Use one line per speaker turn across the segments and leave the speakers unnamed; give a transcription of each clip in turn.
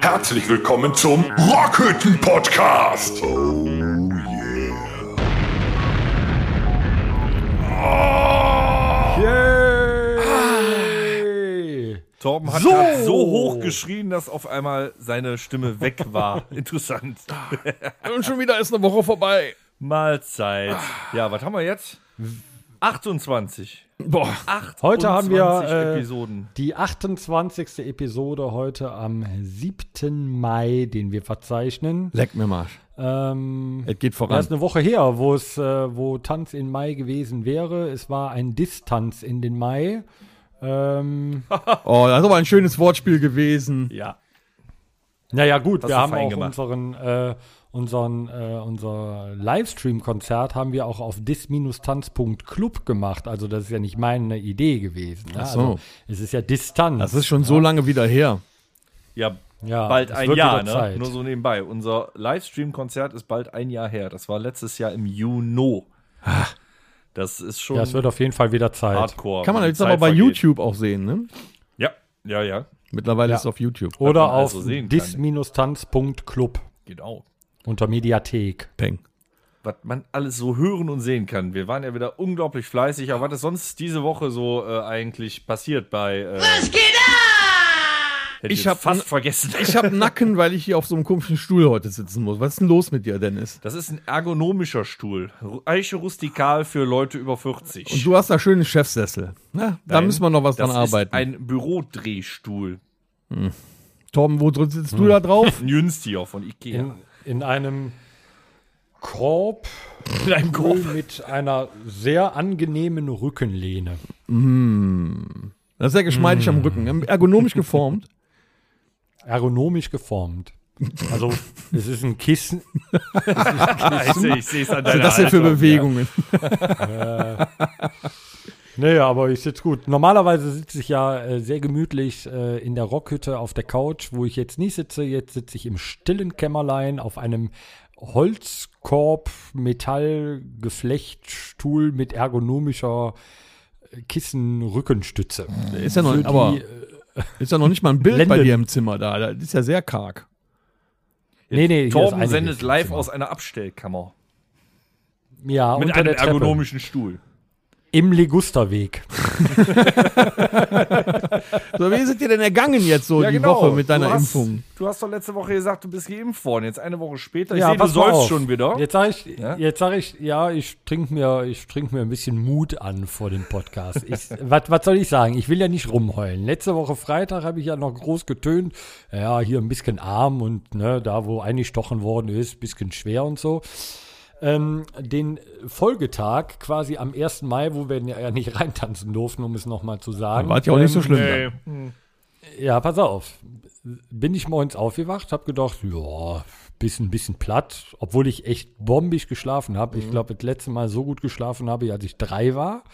Herzlich willkommen zum Rockhütten Podcast. Oh
Yay!
Torben hat
So.
so. gerade so hoch geschrien, dass auf einmal seine Stimme weg war. Interessant.
Und schon wieder ist eine Woche vorbei.
Mahlzeit. Ja, was haben wir jetzt? 28.
Boah.
28
Heute haben wir, äh,
Episoden.
Die 28. Episode heute am 7. Mai, den wir verzeichnen.
Leck mir Marsch.
Ähm,
Es
das
geht
ist
voran.
eine Woche her, wo es, äh, wo Tanz in Mai gewesen wäre. Es war ein Distanz in den Mai. Ähm,
Oh, das ist aber ein schönes Wortspiel gewesen.
Ja.
naja, gut,
Hast
wir
du
haben
fein
auch
gemacht.
unseren, äh, unseren äh, unser Livestream-Konzert haben wir auch auf dis-tanz.club gemacht. Also das ist ja nicht meine Idee gewesen. Ne?
Ach so.
Also, es ist ja Distanz.
Das ist schon so lange wieder her.
Ja,
Ja,
bald
es
ein
wird
Jahr,
wieder
ne?
Zeit.
Nur so nebenbei. Unser Livestream-Konzert ist bald ein Jahr her. Das war letztes Jahr im Juno.
Ah.
Das ist schon
ja, es wird auf jeden Fall wieder Zeit.
hardcore.
Kann man
wenn die
jetzt aber
Zeit
bei
vergeht.
YouTube auch sehen, ne?
Ja, ja, ja.
Mittlerweile
Ja.
ist es auf YouTube.
Oder
man
auf
also sehen kann.
dis-tanz.club
Genau.
unter Mediathek.
Peng.
was man alles so hören und sehen kann. Wir waren ja wieder unglaublich fleißig, aber was ist sonst diese Woche so äh, eigentlich passiert bei. Äh, was geht da?
Ich
Ich
hab
habe fast vergessen.
Ich hab Nacken, weil ich hier auf so einem komischen Stuhl heute sitzen muss. Was ist denn los mit dir, Dennis?
das ist ein ergonomischer Stuhl. Ru- Eiche rustikal für Leute über 40.
Und du hast da schönen Chefsessel. Na, da
Nein,
müssen wir noch was
das
dran arbeiten.
ist ein Bürodrehstuhl.
Torben, wo drin sitzt du da drauf?
Ein Jünstier von Ikea.
In, in einem Korb
In einem
mit einer sehr angenehmen Rückenlehne.
Das ist sehr geschmeidig
Mm.
am Rücken. Ergonomisch geformt.
Ergonomisch geformt. Also, es ist ein Kissen.
Ich sehe ich seh's an
Was
deiner
sind Also das denn für
Haltung, ja.
Bewegungen?
Naja, aber ich sitze gut. Normalerweise sitze ich ja äh, sehr gemütlich äh, in der Rockhütte auf der Couch, wo ich jetzt nicht sitze. Jetzt sitze ich im stillen Kämmerlein auf einem Holzkorb, Metallgeflechtstuhl mit ergonomischer äh, Kissen-Rückenstütze.
Hm.
Ist ja noch, aber
äh,
ist ja noch nicht mal ein Bild bei
Blenden.
dir im Zimmer da. Das ist ja sehr karg.
Nee, nee, hier ist
Torben
einiges
sendet
im
live
Zimmer.
aus einer Abstellkammer.
Ja,
Mit
unter
einem
der Treppe.
ergonomischen Stuhl.
Im Ligusterweg.
So, wie ist es dir denn ergangen jetzt so die
genau.
Woche mit deiner
genau. du hast,
Impfung?
Du hast doch letzte Woche gesagt, du bist geimpft worden. Jetzt eine Woche später. Ich
Ja,
sehe, du
pass mal
sollst
auf.
schon wieder.
Jetzt sage ich,
Ja?
jetzt sag ich, ja, ich trinke mir, ich trinke mir ein bisschen Mut an vor dem Podcast. Ich, was, was soll ich sagen? Ich will ja nicht rumheulen. Letzte Woche Freitag habe ich ja noch groß getönt. Ja, hier ein bisschen arm und ne, da, wo eingestochen worden ist, ein bisschen schwer und so. Ähm, den Folgetag, quasi am 1. Mai, wo wir ja nicht reintanzen durften, um es nochmal zu sagen.
War ja auch nicht so schlimm. dann.
Ja, pass auf. Bin ich morgens aufgewacht, hab gedacht, ja, bisschen, bisschen platt, obwohl ich echt bombig geschlafen habe. Ich glaube, das letzte Mal so gut geschlafen habe, als ich drei war.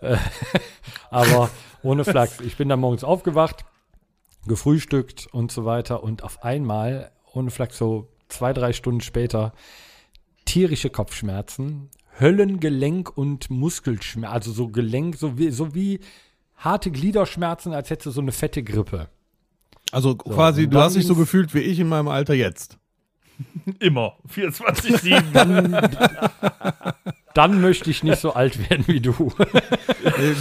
Äh, Aber ohne Flachs. Ich bin dann morgens aufgewacht, gefrühstückt und so weiter und auf einmal, ohne Flachs, so zwei, drei Stunden später, tierische Kopfschmerzen, Höllengelenk und Muskelschmerzen, also so Gelenk, so wie, so wie harte Gliederschmerzen, als hättest du so eine fette Grippe.
Also quasi,
und
du
dann
hast dich so
ging's-
gefühlt wie ich in meinem Alter jetzt.
Immer. 24-7.
Dann möchte ich nicht so alt werden wie du.
Äh,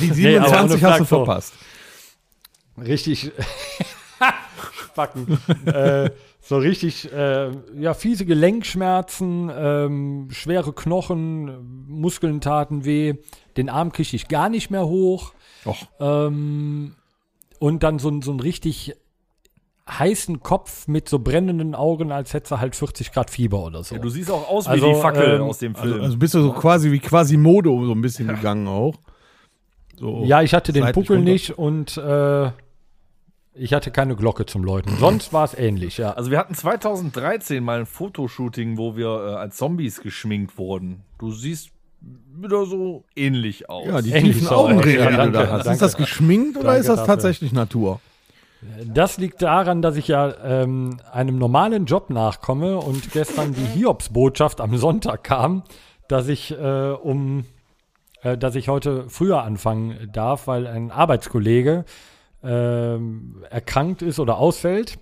Die
Nee, aber ohne
27 hast du
Flachs so.
verpasst.
Richtig. Backen. äh, so richtig, äh, ja, fiese Gelenkschmerzen, ähm, schwere Knochen, Muskeln taten weh, den Arm kriege ich gar nicht mehr hoch.
Och.
Ähm, und dann so, ein- so einen richtig heißen Kopf mit so brennenden Augen, als hätte er halt 40 Grad Fieber oder so.
du siehst auch aus wie
Also,
die Fackel
ähm,
aus dem Film.
Also, also bist du so quasi wie Quasimodo so ein bisschen gegangen auch. So.
Ja, ich hatte den
seitlich
Buckel
runter.
nicht und äh, ich hatte keine Glocke zum Läuten. Sonst war es ähnlich, ja.
Also wir hatten 2013 mal ein Fotoshooting, wo wir äh, als Zombies geschminkt wurden. Du siehst wieder so ähnlich aus.
Ja, die
Ähnlich
tiefen
so,
Augenräder,
ja,
die du
danke,
da hast.
danke.
Ist das geschminkt oder
Danke
ist das
dafür.
tatsächlich Natur?
Das liegt daran, dass ich ja ähm, einem normalen Job nachkomme und gestern die Hiobsbotschaft am Sonntag kam, dass ich äh, um äh, dass ich heute früher anfangen darf, weil ein Arbeitskollege ähm, erkrankt ist oder ausfällt.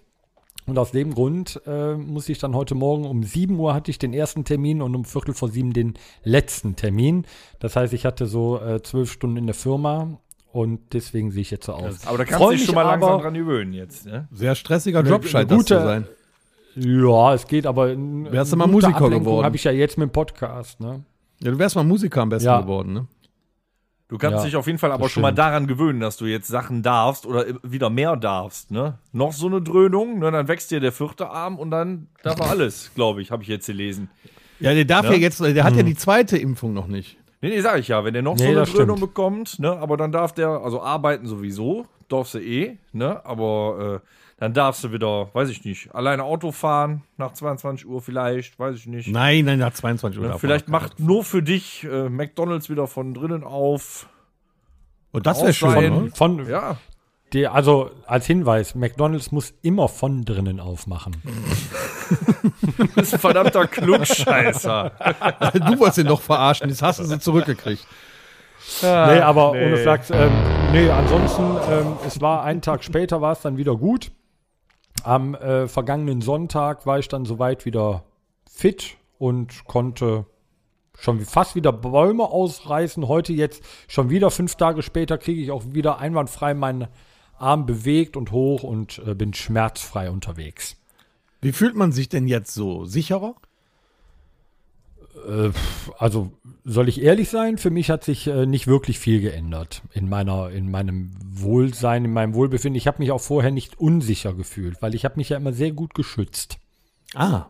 Und aus dem Grund äh, muss ich dann heute Morgen um 7 Uhr hatte ich den ersten Termin und um Viertel vor sieben den letzten Termin. Das heißt, ich hatte so äh, zwölf Stunden in der Firma und deswegen sehe ich jetzt so aus.
Aber da kannst
Freu
du dich
mich
schon mal langsam
aber-
dran gewöhnen jetzt. Ne?
Sehr stressiger Job
eine
scheint das zu
gute-
sein.
Ja, es geht, aber n-
Wärst du mal
gute
Musiker
Ablenkung
geworden?
Habe ich ja jetzt mit dem Podcast. Ne?
Ja, du wärst mal Musiker am besten
Ja.
geworden, ne?
Du kannst
Ja,
dich auf jeden Fall aber
das
schon mal
stimmt.
daran gewöhnen, dass du jetzt Sachen darfst oder wieder mehr darfst. Ne? Noch so eine Dröhnung, ne? dann wächst dir der vierte Arm und dann darf er alles, glaube ich, habe ich jetzt gelesen.
Ja, der darf
Ja.
ja, jetzt, der hat ja
Mhm.
die zweite Impfung noch nicht.
Nee, nee, sag ich ja, wenn der noch
Nee,
so eine
das
Dröhnung
stimmt.
bekommt, ne, aber dann darf der, also arbeiten sowieso, darfst du eh, ne, aber äh, dann darfst du wieder, weiß ich nicht, alleine Auto fahren, nach 22 Uhr vielleicht, weiß ich nicht.
Nein, nein, nach 22
ne,
Uhr.
vielleicht macht nur für dich äh, McDonalds wieder von drinnen auf.
Und das wäre schön,
Aufsein.
ne?
Von,
Ja,
Die, also als Hinweis, McDonald's muss immer von drinnen aufmachen.
das ist ein verdammter Klugscheißer.
Du wolltest ihn doch verarschen, jetzt hast du sie zurückgekriegt.
nee,
Ah,
aber ohne Flachs, ähm, nee, ansonsten, ähm, es war einen Tag später, war es dann wieder gut. Am äh, vergangenen Sonntag war ich dann soweit wieder fit und konnte schon wie- fast wieder Bäume ausreißen. Heute jetzt schon wieder fünf Tage später kriege ich auch wieder einwandfrei meinen Arm bewegt und hoch und äh, bin schmerzfrei unterwegs.
Wie fühlt man sich denn jetzt so? Sicherer?
Äh, pf, also soll ich ehrlich sein, für mich hat sich äh, nicht wirklich viel geändert in meiner in meinem Wohlsein, in meinem Wohlbefinden. Ich habe mich auch vorher nicht unsicher gefühlt, weil ich habe mich ja immer sehr gut geschützt.
Ah.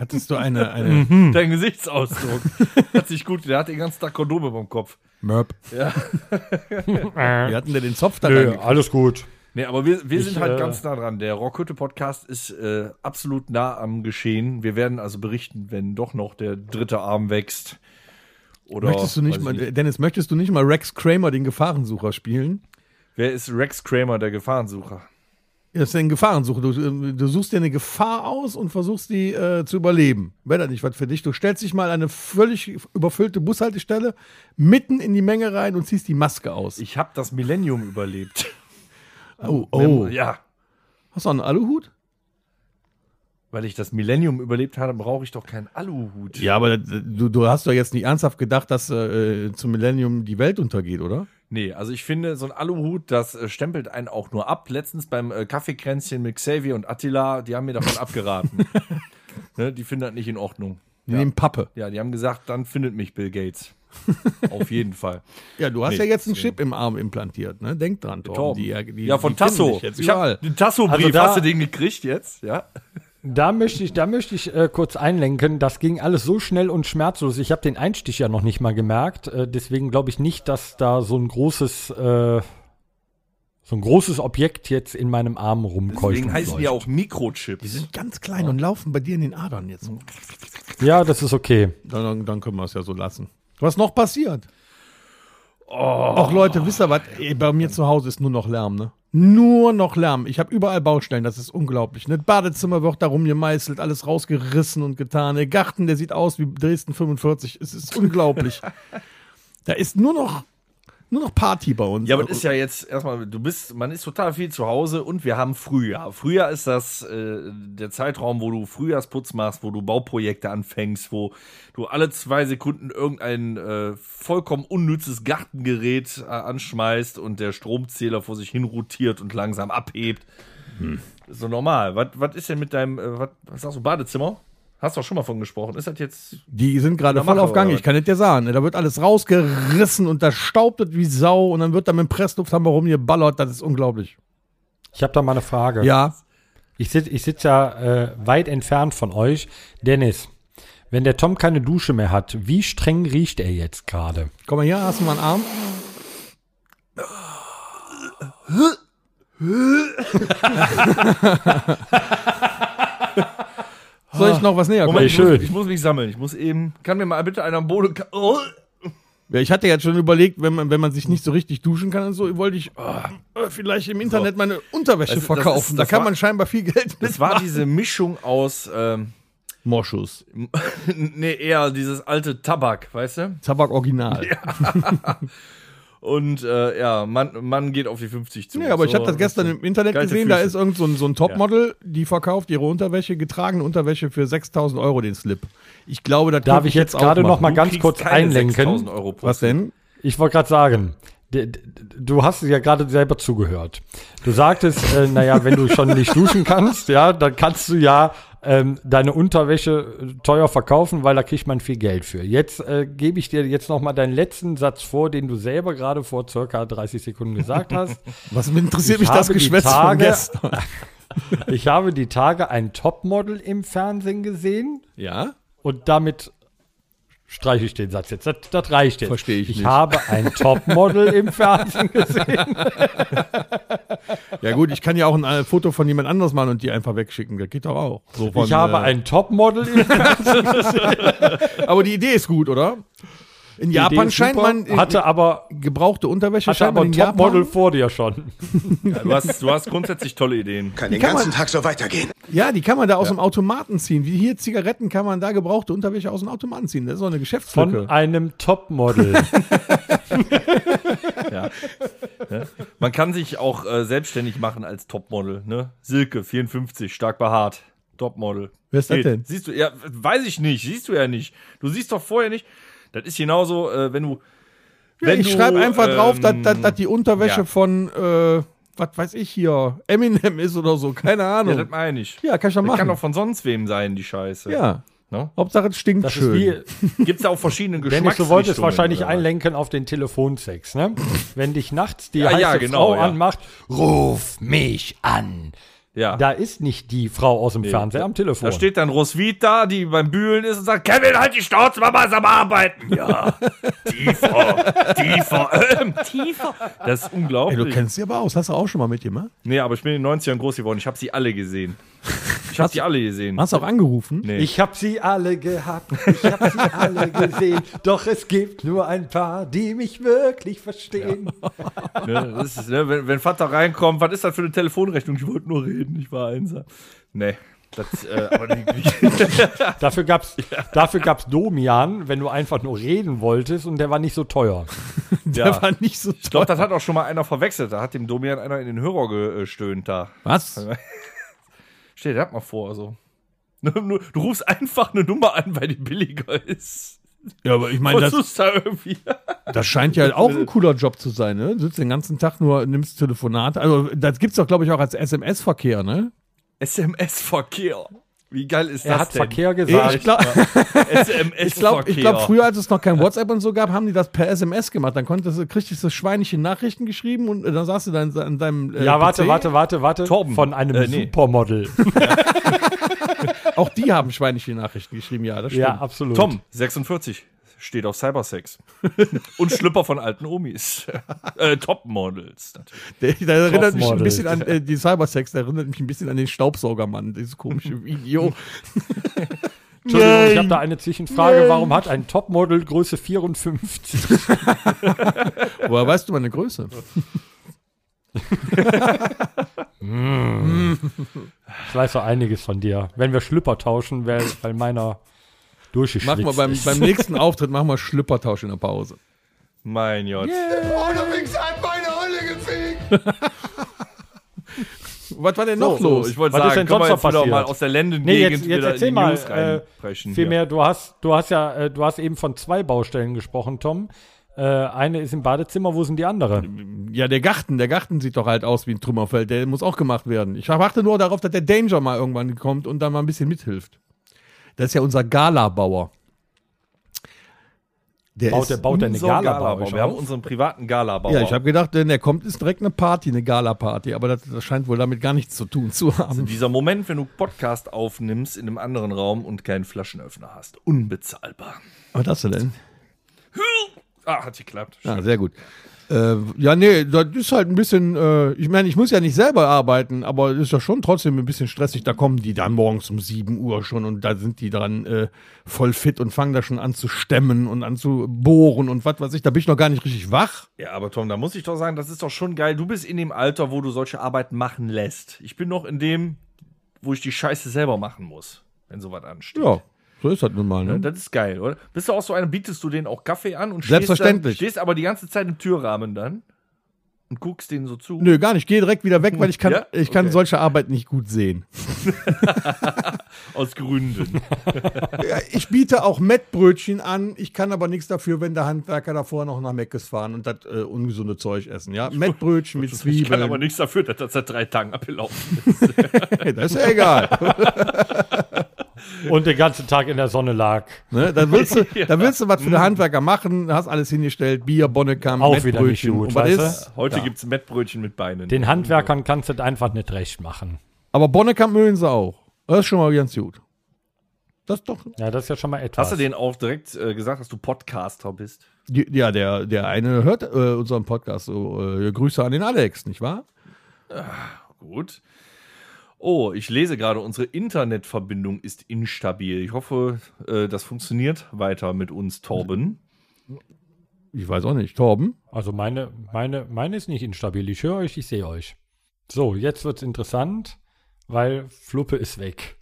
Hattest du eine, eine
Hm.
Dein Gesichtsausdruck hat sich gut, der hat den ganzen Tag Kondome beim Kopf.
Merp? Ja. Wir hatten ja den Zopf da
Nö,
reingekriegt.
alles gut.
Nee, aber wir, wir
Ich,
sind halt
äh,
ganz nah dran. Der Rockhütte-Podcast ist äh, absolut nah am Geschehen. Wir werden also berichten, wenn doch noch der dritte Arm wächst. Oder,
Möchtest du nicht
weiß
mal,
ich
Dennis, möchtest du nicht mal Rex Kramer, den Gefahrensucher, spielen?
Wer ist Rex Kramer, der Gefahrensucher?
Das ist ein Gefahrensucher. Du, ähm, du suchst dir eine Gefahr aus und versuchst die äh, zu überleben. Wäre das nicht was für dich? Du stellst dich mal an eine völlig überfüllte Bushaltestelle mitten in die Menge rein und ziehst die Maske aus.
Ich habe das Millennium überlebt.
oh, oh.
Ja,
Hast du auch einen Aluhut?
weil ich das Millennium überlebt habe, brauche ich doch keinen Aluhut.
Ja, aber das- du, du hast doch jetzt nicht ernsthaft gedacht, dass äh, zum Millennium die Welt untergeht, oder?
Nee, also ich finde, so ein Aluhut, das äh, stempelt einen auch nur ab. Letztens beim äh, Kaffeekränzchen mit Xavier und Attila, die haben mir davon abgeraten. ne, die finden das nicht in Ordnung.
Die nehmen Pappe.
Ja, die haben gesagt, dann findet mich Bill Gates. Auf jeden Fall.
Ja, du hast
Nee,
ja jetzt einen Chip im Arm implantiert, ne? Denk dran, Torben.
Torben.
Die, die,
ja, von
die finden
Tasso.
dich Jetzt
ich habe
überall.
den Tasso-Brief.
Also da-
hast du den gekriegt jetzt? Ja.
Da möchte ich, da möchte ich äh, kurz einlenken. Das ging alles so schnell und schmerzlos. Ich habe den Einstich ja noch nicht mal gemerkt. Äh, deswegen glaube ich nicht, dass da so ein großes, äh, so ein großes Objekt jetzt in meinem Arm rumkeucht.
Deswegen
und
heißen die
fleucht.
auch Mikrochips.
ganz klein und laufen bei dir in den Adern jetzt.
Mhm.
Ja, das ist okay.
Dann, dann, dann können wir es ja so lassen. Oh. Was noch passiert? Ach Leute, wisst ihr was? Ey, Bei mir zu Hause ist nur noch Lärm, ne? Nur noch Lärm. Ich habe überall Baustellen, das ist unglaublich. Ne? Das Badezimmer wird darum gemeißelt, alles rausgerissen und getan. Der Garten, der sieht aus wie Dresden 45. Es ist unglaublich. da ist nur noch, nur noch Party bei uns.
Ja, aber das ist ja jetzt erstmal, du bist, man ist total viel zu Hause und wir haben Frühjahr. Frühjahr ist das äh, der Zeitraum, wo du Frühjahrsputz machst, wo du Bauprojekte anfängst, wo du alle zwei Sekunden irgendein äh, vollkommen unnützes Gartengerät äh, anschmeißt und der Stromzähler vor sich hin rotiert und langsam abhebt. Ist So normal. Was, was ist denn mit deinem, äh, was, was sagst du, Badezimmer? Hast du auch schon mal von gesprochen. Ist das jetzt
Die sind gerade
Na,
voll
mach
auf Gang,
aber.
ich kann es dir sagen. ne? Da wird alles rausgerissen und da staubt es wie Sau und dann wird da mit dem Presslufthammer rumgeballert. Das ist unglaublich.
Ich habe da mal eine Frage.
Ja.
Ich sitze ich sitz ja äh, weit entfernt von euch. Dennis, wenn der Tom keine Dusche mehr hat, wie streng riecht er jetzt gerade?
Komm mal hier, hast du mal einen Arm? Soll ich noch was näher kommen?
Moment,
Moment,
ich,
schön.
Muss, ich muss mich sammeln. Ich muss eben. Kann mir mal bitte einer am Boden. Oh.
Ja, ich hatte jetzt schon überlegt, wenn man, wenn man sich nicht so richtig duschen kann und so, wollte ich ah, vielleicht im Internet meine Unterwäsche
Weißt du, Also, das
verkaufen.
ist-
da
das
kann
war-
man scheinbar viel Geld
Das war diese Mischung aus ähm,
Moschus.
nee, eher dieses alte Tabak, weißt du?
Tabak Original.
Und äh, ja, Mann, Mann geht auf die 50 zu.
Ja, aber ich
So.
habe das gestern im Internet
Kalte
gesehen, da
Füße.
ist irgend so ein, so ein Topmodel, die verkauft ihre Unterwäsche, getragene Unterwäsche für 6000 Euro den Slip. Ich glaube, da
Darf ich jetzt gerade noch mal
Du
ganz
kriegst
kurz
keine
einlenken?
6.000 Euro pro
Was denn?
Ich wollte gerade sagen, d- d- du hast ja gerade selber zugehört. Du sagtest, äh, naja, wenn du schon nicht duschen kannst, ja, dann kannst du ja ähm, deine Unterwäsche äh, teuer verkaufen, weil da kriegt man viel Geld für. Jetzt äh, gebe ich dir jetzt noch mal deinen letzten Satz vor, den du selber gerade vor circa 30 Sekunden gesagt hast.
Was interessiert
Ich
mich das
habe die
Geschwätz von
Tage-
gestern?
Ich habe die Tage ein Topmodel im Fernsehen gesehen
Ja?
und damit streiche ich den Satz jetzt. Das, das reicht jetzt.
Verstehe ich
Ich
nicht.
habe ein Topmodel im Fernsehen gesehen.
Ja gut, ich kann ja auch ein äh, Foto von jemand anders machen und die einfach wegschicken. Das geht doch auch. So von,
ich habe
äh,
ein Topmodel im
Aber die Idee ist gut, oder? In
Idee
Japan
ist
scheint
super.
man äh,
hatte aber
gebrauchte Unterwäsche
hatte
scheint
aber
man in
ein Topmodel
Japan.
vor dir schon.
Ja, du, hast, du hast grundsätzlich tolle Ideen.
Kann den
kann
ganzen Tag so weitergehen.
Ja, die kann man da aus dem Automaten ziehen. Wie hier Zigaretten kann man da gebrauchte Unterwäsche aus dem Automaten ziehen. Das ist so eine
Von
Geschäftslücke.
einem Topmodel.
Man kann sich auch äh, selbstständig machen als Topmodel. Ne? Silke, 54, stark behaart. Topmodel.
Wer ist das
Geht.
denn?
Siehst du, ja, weiß ich nicht. Siehst du ja nicht. Du siehst doch vorher nicht. Das ist genauso, äh, wenn du. Wenn
ich
du,
schreibe einfach drauf, dass,
ähm,
dass, dass die Unterwäsche
ja.
von, äh, was weiß ich hier, Eminem ist oder so. Keine
Ja,
Ahnung.
das meine ich.
Ja, kann ich doch
das kann
machen.
doch von sonst wem sein, die Scheiße.
ja.
Ne?
Hauptsache, es stinkt
Das ist
schön.
wie,
Gibt es auch verschiedene
wenn ich
Geschmacksrichtungen.
so wollte, ist wahrscheinlich
oder was?
einlenken auf den Telefonsex. Ne? Wenn dich nachts die
Ja,
heiße
ja, genau,
Frau
ja.
anmacht, ruf mich an.
Ja.
Da ist nicht die Frau aus dem Fernseher am Telefon.
Da steht dann Roswitha, die beim Bühlen ist und sagt, Kevin, halt die Schnauze, Mama ist am Arbeiten. Ja, tiefer, tiefer, ähm, tiefer. Das ist
Ey,
unglaublich.
du kennst sie aber aus. Hast du auch schon mal mit gemacht?
nee, aber ich bin in den 90ern groß geworden. Ich habe sie alle gesehen. Ich habe sie alle gesehen.
Hast du auch angerufen?
Nee.
ich hab sie alle gehabt, ich hab sie alle gesehen, doch es gibt nur ein paar, die mich wirklich verstehen.
Ne? Das ist, ne, wenn, wenn Vater reinkommt, was ist das für eine Telefonrechnung? Ich wollte nur reden, ich war einsam. Nee, das, äh, aber die,
Dafür gab's, dafür gab's Domian, wenn du einfach nur reden wolltest und der war nicht so teuer.
Der
ja.
war nicht so
Ich glaube,
toll.
das hat auch schon mal einer verwechselt. Da hat dem Domian einer in den Hörer gestöhnt da.
Was?
Stell dir das mal vor, so. Du du rufst einfach eine Nummer an, weil die billiger ist.
Ja, aber ich meine,
Das
das,
ist da irgendwie.
das scheint ja auch ein cooler Job zu sein, ne? Du sitzt den ganzen Tag nur, nimmst Telefonate. Also, das gibt's doch, glaube ich, auch als SMS-Verkehr, ne?
SMS-Verkehr. Wie geil ist
Er
das
hat
denn?
Verkehr gesagt.
Ich glaube,
SMS-Verkehr.
Ich glaube, ich glaub, früher, als es noch kein WhatsApp und so gab, haben die das per SMS gemacht. Dann konntest du, kriegst du schweinische Nachrichten geschrieben und äh, dann saß du dann an deinem. Äh,
ja, warte,
PC.
warte, warte, warte.
Torben.
Von einem
Äh, nee.
Supermodel.
Auch die haben schweinische Nachrichten geschrieben, ja, das stimmt.
ja, absolut.
Tom, 46, steht auf Cybersex. Und Schlüpper von alten Omis. äh, Topmodels natürlich.
der, der erinnert mich ein
Topmodel.
bisschen an äh, die Cybersex, der erinnert mich ein bisschen an den Staubsaugermann, dieses komische Video.
Entschuldigung, ich
Nein.
habe da eine Zwischenfrage. Warum hat ein Topmodel Größe 54?
Woher weißt du meine Größe?
Ich weiß so einiges von dir. Wenn wir Schlüpper tauschen, wäre bei meiner durchgeschwitzt.
Mach mal beim,
ist.
beim nächsten Auftritt, mach mal Schlüppertausch in der Pause.
Mein Gott.
Oh, der Wichser hat meine Hölle gefickt.
Was war denn noch
So,
los?
ich wollte
Was ist
sagen,
denn
können wir
sonst
jetzt
noch
wieder mal
passiert?
aus der Ländengegend
Nee, jetzt, jetzt
wieder
erzähl
in die
mal.
News
Äh,
reinbrechen.
vielmehr, du hast, du hast ja, äh, du hast eben von zwei Baustellen gesprochen, Tom. Äh, eine ist im Badezimmer, wo sind die andere?
Ja, der Garten, der Garten sieht doch halt aus wie ein Trümmerfeld, der muss auch gemacht werden. Ich warte nur darauf, dass der Danger mal irgendwann kommt und dann mal ein bisschen mithilft. Das ist ja unser Galabauer. Der hm,
Baut, der, baut der eine
Unser
Gala bei
Galabau.
euch
Wir haben
auf?
unseren privaten Galabau.
ja, ich habe gedacht, wenn der kommt, ist direkt eine Party, eine Gala-Party, aber das, das scheint wohl damit gar nichts zu tun zu haben.
Dieser Moment, wenn du Podcast aufnimmst in einem anderen Raum und keinen Flaschenöffner hast. Unbezahlbar.
Was hast du denn?
Ah, hat geklappt.
Ja, sehr gut. Äh, ja, nee, das ist halt ein bisschen, äh, ich meine, ich muss ja nicht selber arbeiten, aber es ist ja schon trotzdem ein bisschen stressig. Da kommen die dann morgens um 7 Uhr schon und da sind die dann äh, voll fit und fangen da schon an zu stemmen und an zu bohren und was weiß ich. Da bin ich noch gar nicht richtig wach.
Ja, aber Tom, da muss ich doch sagen, das ist doch schon geil. Du bist in dem Alter, wo du solche Arbeit machen lässt. Ich bin noch in dem, wo ich die Scheiße selber machen muss. wenn sowas ansteht.
Ja, so ist das nun mal.
Ne,
Ne?
Das ist geil, oder? Bist du auch so einer, bietest du denen auch Kaffee an und
Selbstverständlich.
Stehst, dann, stehst aber die ganze Zeit im Türrahmen dann und guckst denen so zu.
Nö, gar nicht. Geh direkt wieder weg, weil ich kann,
Ja?
ich kann
Okay.
solche Arbeit nicht gut sehen.
Aus Gründen.
Ja, Ich biete auch Mettbrötchen an. Ich kann aber nichts dafür, wenn der Handwerker davor noch nach Meckes fahren und das äh, ungesunde Zeug essen. Ja, Mettbrötchen mit Zwiebeln.
Ich kann aber nichts dafür, dass das seit drei Tagen abgelaufen ist.
Das ist ja egal.
Und den ganzen Tag in der Sonne lag.
ne? da, willst du, da willst du was für den Handwerker machen, hast alles hingestellt, Bier, Bonnekamp,
Hm. Auch wieder nicht gut,
und was
weißt du?
ist?
Heute gibt's Mettbrötchen mit Beinen.
Den Handwerkern kannst du das einfach nicht recht machen.
Aber Bonnekamp mögen sie auch. Das ist schon mal ganz gut. Das ist doch.
Ja, das ist ja schon mal etwas.
Hast du denen auch direkt äh, gesagt, dass du Podcaster bist?
Ja, der, der eine hört äh, unseren Podcast. So, äh, Grüße an den Alex, nicht wahr?
Gut. Oh, ich lese gerade, unsere Internetverbindung ist instabil. Ich hoffe, äh, das funktioniert weiter mit uns, Torben.
Ich weiß auch nicht. Torben?
Also meine, meine, meine ist nicht instabil. Ich höre euch, ich sehe euch. So, jetzt wird's interessant, weil Fluppe ist weg.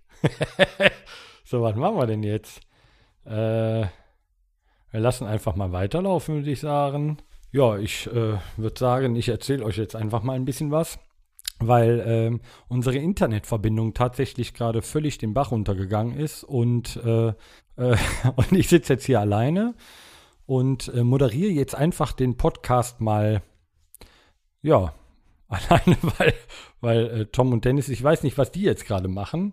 so, was machen wir denn jetzt? Äh, wir lassen einfach mal weiterlaufen, würde ich sagen. Ja, ich äh, würde sagen, ich erzähle euch jetzt einfach mal ein bisschen was, weil ähm, unsere Internetverbindung tatsächlich gerade völlig den Bach runtergegangen ist und, äh, äh, und ich sitze jetzt hier alleine und äh, moderiere jetzt einfach den Podcast mal, ja, alleine, weil, weil äh, Tom und Dennis, ich weiß nicht, was die jetzt gerade machen.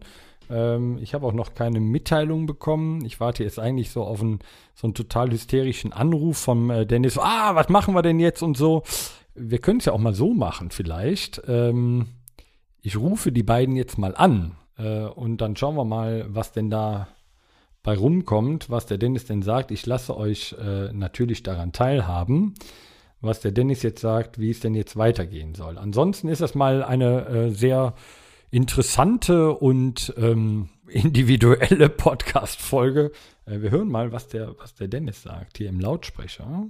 Ähm, ich habe auch noch keine Mitteilung bekommen. Ich warte jetzt eigentlich so auf einen, so einen total hysterischen Anruf vom äh, Dennis. Ah, was machen wir denn jetzt und so. Wir können es ja auch mal so machen vielleicht. Ähm, ich rufe die beiden jetzt mal an äh, und dann schauen wir mal, was denn da bei rumkommt, was der Dennis denn sagt. Ich lasse euch äh, natürlich daran teilhaben, was der Dennis jetzt sagt, wie es denn jetzt weitergehen soll. Ansonsten ist das mal eine äh, sehr interessante und ähm, individuelle Podcast-Folge. Äh, wir hören mal, was der, was der Dennis sagt hier im Lautsprecher.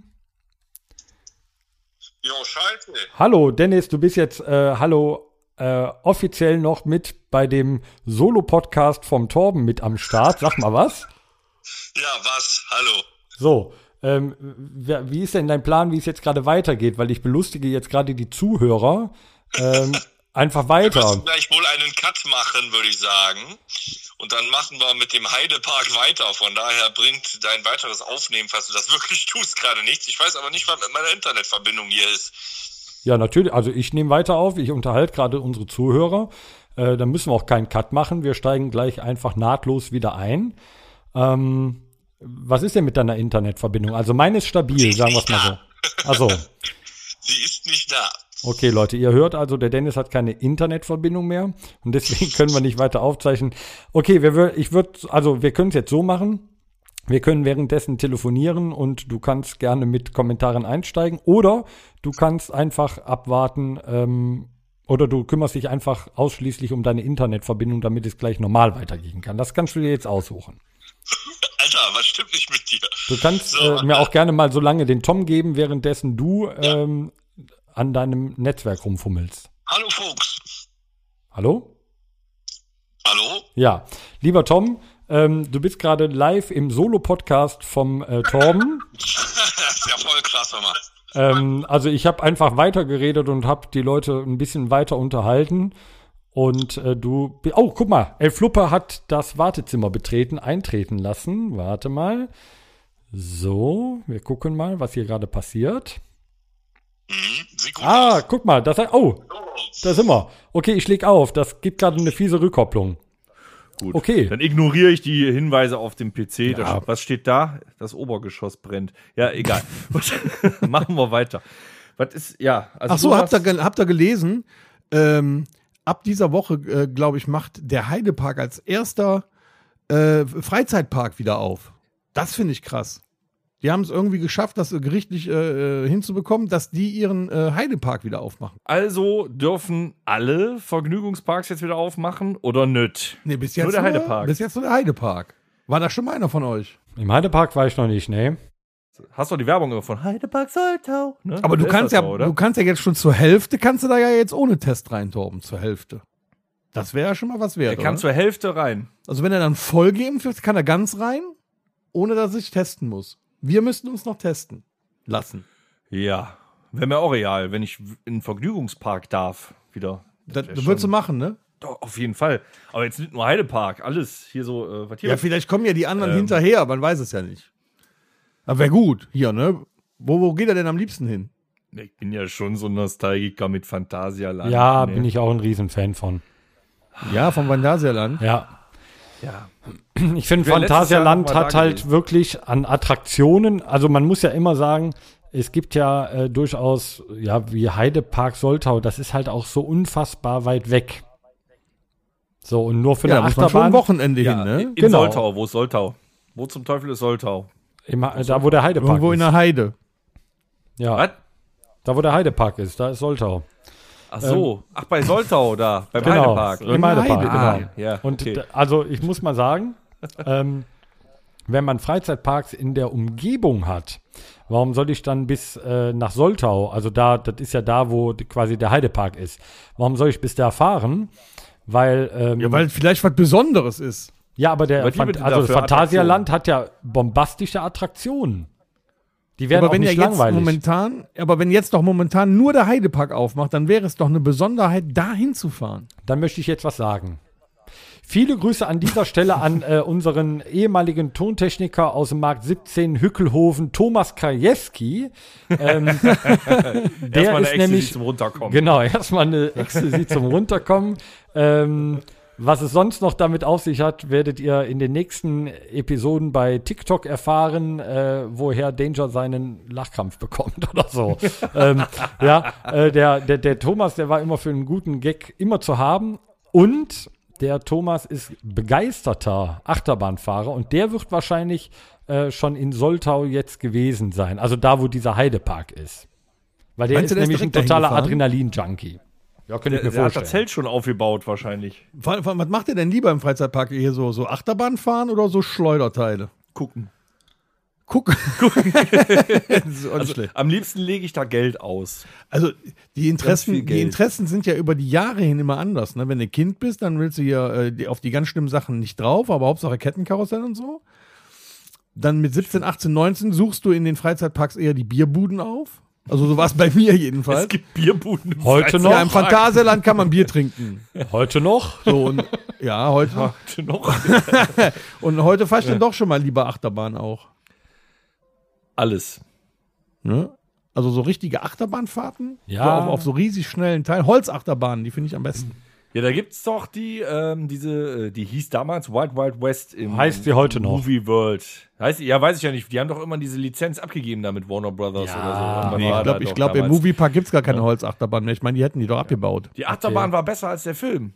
Jo, scheiße.
Hallo Dennis, du bist jetzt, äh, hallo, äh, offiziell noch mit bei dem Solo-Podcast vom Torben mit am Start. Sag mal was.
Ja, was? Hallo.
So, ähm, wer- wie ist denn dein Plan, wie es jetzt gerade weitergeht? Weil ich belustige jetzt gerade die Zuhörer. Ähm, einfach
Wirst du
weiter.
gleich wohl einen Cut machen, würde ich sagen. Und dann machen wir mit dem Heidepark weiter. Von daher bringt dein weiteres Aufnehmen, falls du das wirklich tust, gerade nichts. Ich weiß aber nicht, was mit meiner Internetverbindung hier ist.
Ja, natürlich. Also ich nehme weiter auf. Ich unterhalte gerade unsere Zuhörer. Äh, dann müssen wir auch keinen Cut machen. Wir steigen gleich einfach nahtlos wieder ein. Ähm, was ist denn mit deiner Internetverbindung? Also meine ist stabil, sagen wir es mal so. Also,
Sie ist nicht da.
okay, Leute, ihr hört also, der Dennis hat keine Internetverbindung mehr und deswegen können wir nicht weiter aufzeichnen. Okay, wir, wür- ich würde, also wir können es jetzt so machen. Wir können währenddessen telefonieren und du kannst gerne mit Kommentaren einsteigen oder du kannst einfach abwarten ähm, oder du kümmerst dich einfach ausschließlich um deine Internetverbindung, damit es gleich normal weitergehen kann. Das kannst du dir jetzt aussuchen.
Alter, was stimmt nicht mit dir?
Du kannst äh, mir auch gerne mal so lange den Tom geben, währenddessen du ähm, an deinem Netzwerk rumfummelst.
Hallo, Fuchs.
Hallo?
Hallo?
Ja. Lieber Tom, ähm, du bist gerade live im Solo-Podcast vom äh, Torben.
Das ist ja voll krass, hör mal.
Ähm, also ich habe einfach weitergeredet und habe die Leute ein bisschen weiter unterhalten. Und äh, du. bi- Oh, guck mal, El Flupper hat das Wartezimmer betreten, eintreten lassen. Warte mal. So, wir gucken mal, was hier gerade passiert.
Hm, sieht gut
Ah,
aus.
guck mal, das hat. Oh, da sind wir. Okay, ich leg auf. Das gibt gerade eine fiese Rückkopplung.
Gut.
Okay.
Dann ignoriere ich die Hinweise auf dem PC. Da
Ja.
steht- was steht da? Das Obergeschoss brennt. Ja, egal. Was- Machen wir weiter. Was ist, ja. Also
Ach so,
du
habt ihr,
hast-
ge- habt ihr gelesen? Ähm, ab dieser Woche, äh, glaube ich, macht der Heidepark als erster äh, Freizeitpark wieder auf. Das finde ich krass. Die haben es irgendwie geschafft, das gerichtlich äh, äh, hinzubekommen, dass die ihren äh, Heidepark wieder aufmachen.
Also dürfen alle Vergnügungsparks jetzt wieder aufmachen oder nöt?
Nee, bis
Nur
jetzt
der Heidepark.
Bis jetzt nur der Heidepark. War da schon mal einer von euch?
Im Heidepark war ich noch nicht, ne?
Hast du die Werbung immer von Heidepark Soltau? Ne?
Aber du
Da ist
kannst
das
ja,
so,
du kannst ja jetzt schon zur Hälfte, kannst du da ja jetzt ohne Test rein, Torben, zur Hälfte. Das wäre ja ne? schon mal was wert.
Er kann
oder?
zur Hälfte rein.
Also wenn er dann voll geimpft ist, kann er ganz rein, ohne dass er sich testen muss. Wir müssten uns noch testen lassen.
Ja. Wäre mir auch real, wenn ich w- in den Vergnügungspark darf, wieder.
Das,
wär
das
schon-
würdest du machen, ne?
Doch, auf jeden Fall. Aber jetzt nicht nur Heidepark, alles hier so, äh, was hier.
Ja, vielleicht kommen ja die anderen hinterher, man weiß es ja nicht. Aber wäre gut, hier, ne? Wo, wo geht er denn am liebsten hin?
ich bin ja schon so ein Nostalgiker mit Phantasialand.
Ja, bin ich auch ein Riesenfan von.
Ja, vom Vandasialand.
Ja.
Ja.
Ich finde,
Wer letztes Jahr
Phantasialand
noch mal
hat
da
halt
gewesen.
wirklich an Attraktionen, also man muss ja immer sagen, es gibt ja äh, durchaus, ja, wie Heidepark Soltau, das ist halt auch so unfassbar weit weg. So, und nur für
Ja, da
eine
muss man schon ein
genau, Achterbahn,
Wochenende
Ja,
hin,
In
ne?
Genau.
Soltau, wo ist Soltau? Wo zum Teufel ist Soltau?
im, äh, da wo der Heidepark
Irgendwo in
ist.
der Heide.
ja,
Was?
da wo der Heidepark ist, da ist Soltau.
Ach so. Ach, bei Soltau da, beim Heidepark.
im Heidepark,
Heide,
genau.
ah,
ja,
Und
okay.
d- also ich muss mal sagen, ähm, wenn man Freizeitparks in der Umgebung hat, warum soll ich dann bis äh, nach Soltau, also da, das ist ja da, wo d- quasi der Heidepark ist, warum soll ich bis da fahren? Weil, ähm,
Ja, weil vielleicht was Besonderes ist.
ja, aber der
Weil die
Phant-
bieten
also das
dafür
Phantasialand hat ja bombastische Attraktionen. Die werden
Aber
auch
wenn ja
nicht
jetzt
langweilig.
momentan, aber wenn jetzt doch momentan nur der Heidepark aufmacht, dann wäre es doch eine Besonderheit, da hinzufahren.
Dann möchte ich jetzt was sagen. Viele Grüße an dieser Stelle an äh, unseren ehemaligen Tontechniker aus dem Markt 17 Hückelhofen, Thomas Krajewski. Ähm, der
Erstmal eine
ist
Ecstasy
nämlich
zum Runterkommen.
Genau, erstmal eine Ecstasy zum Runterkommen. Ähm, was es sonst noch damit auf sich hat, werdet ihr in den nächsten Episoden bei TikTok erfahren, äh, woher Danger seinen Lachkrampf bekommt oder so. ähm, ja, äh, der, der, der Thomas, der war immer für einen guten Gag immer zu haben. Und der Thomas ist begeisterter Achterbahnfahrer und der wird wahrscheinlich äh, schon in Soltau jetzt gewesen sein. Also da, wo dieser Heidepark ist. Weil der
Meinst du,
ist
der ist
nämlich ein
direkt dahin
totaler
gefahren?
Adrenalin-Junkie. Ja, könnte ich mir
Der, der hat das
vorstellen.
Zelt schon aufgebaut wahrscheinlich.
Vor allem, vor allem, was macht ihr denn lieber im Freizeitpark? Hier so, so Achterbahn fahren oder so Schleuderteile?
Gucken.
Guck. das ist auch nicht schlecht.
Am liebsten lege ich da Geld aus.
Also die
viel
Interessen, die
Geld.
Interessen sind ja über die Jahre hin immer anders. Ne? Wenn du Kind bist, dann willst du ja äh, die- auf die ganz schlimmen Sachen nicht drauf, aber Hauptsache Kettenkarussell und so. Dann mit 17, 18, 19 suchst du in den Freizeitparks eher die Bierbuden auf. Also so war es bei mir jedenfalls.
Es gibt Bierbuden. im
Heute
Freizeit-
noch?
ja, im Phantasialand kann man Bier trinken.
Heute noch?
So, und, ja, heute.
Heute noch.
Und heute fahre ich dann doch schon mal lieber Achterbahn auch.
Alles.
Ne? Also so richtige Achterbahnfahrten.
Ja.
So auf, auf so riesig schnellen Teilen. Holzachterbahnen, die finde ich am besten.
Ja, da gibt's doch die, ähm, diese, äh, die hieß damals Wild Wild West im
Heißt die heute noch?
Movie World. Heißt, ja, weiß ich ja nicht. Die haben doch immer diese Lizenz abgegeben da mit Warner Brothers
Ja,
oder so. Irgendwann
Nee,
war da
ich glaube,
doch
ich glaub, im
damals-
Moviepark gibt es gar keine Holzachterbahn mehr. Ich meine, die hätten die doch abgebaut.
Die Achterbahn war besser als der Film.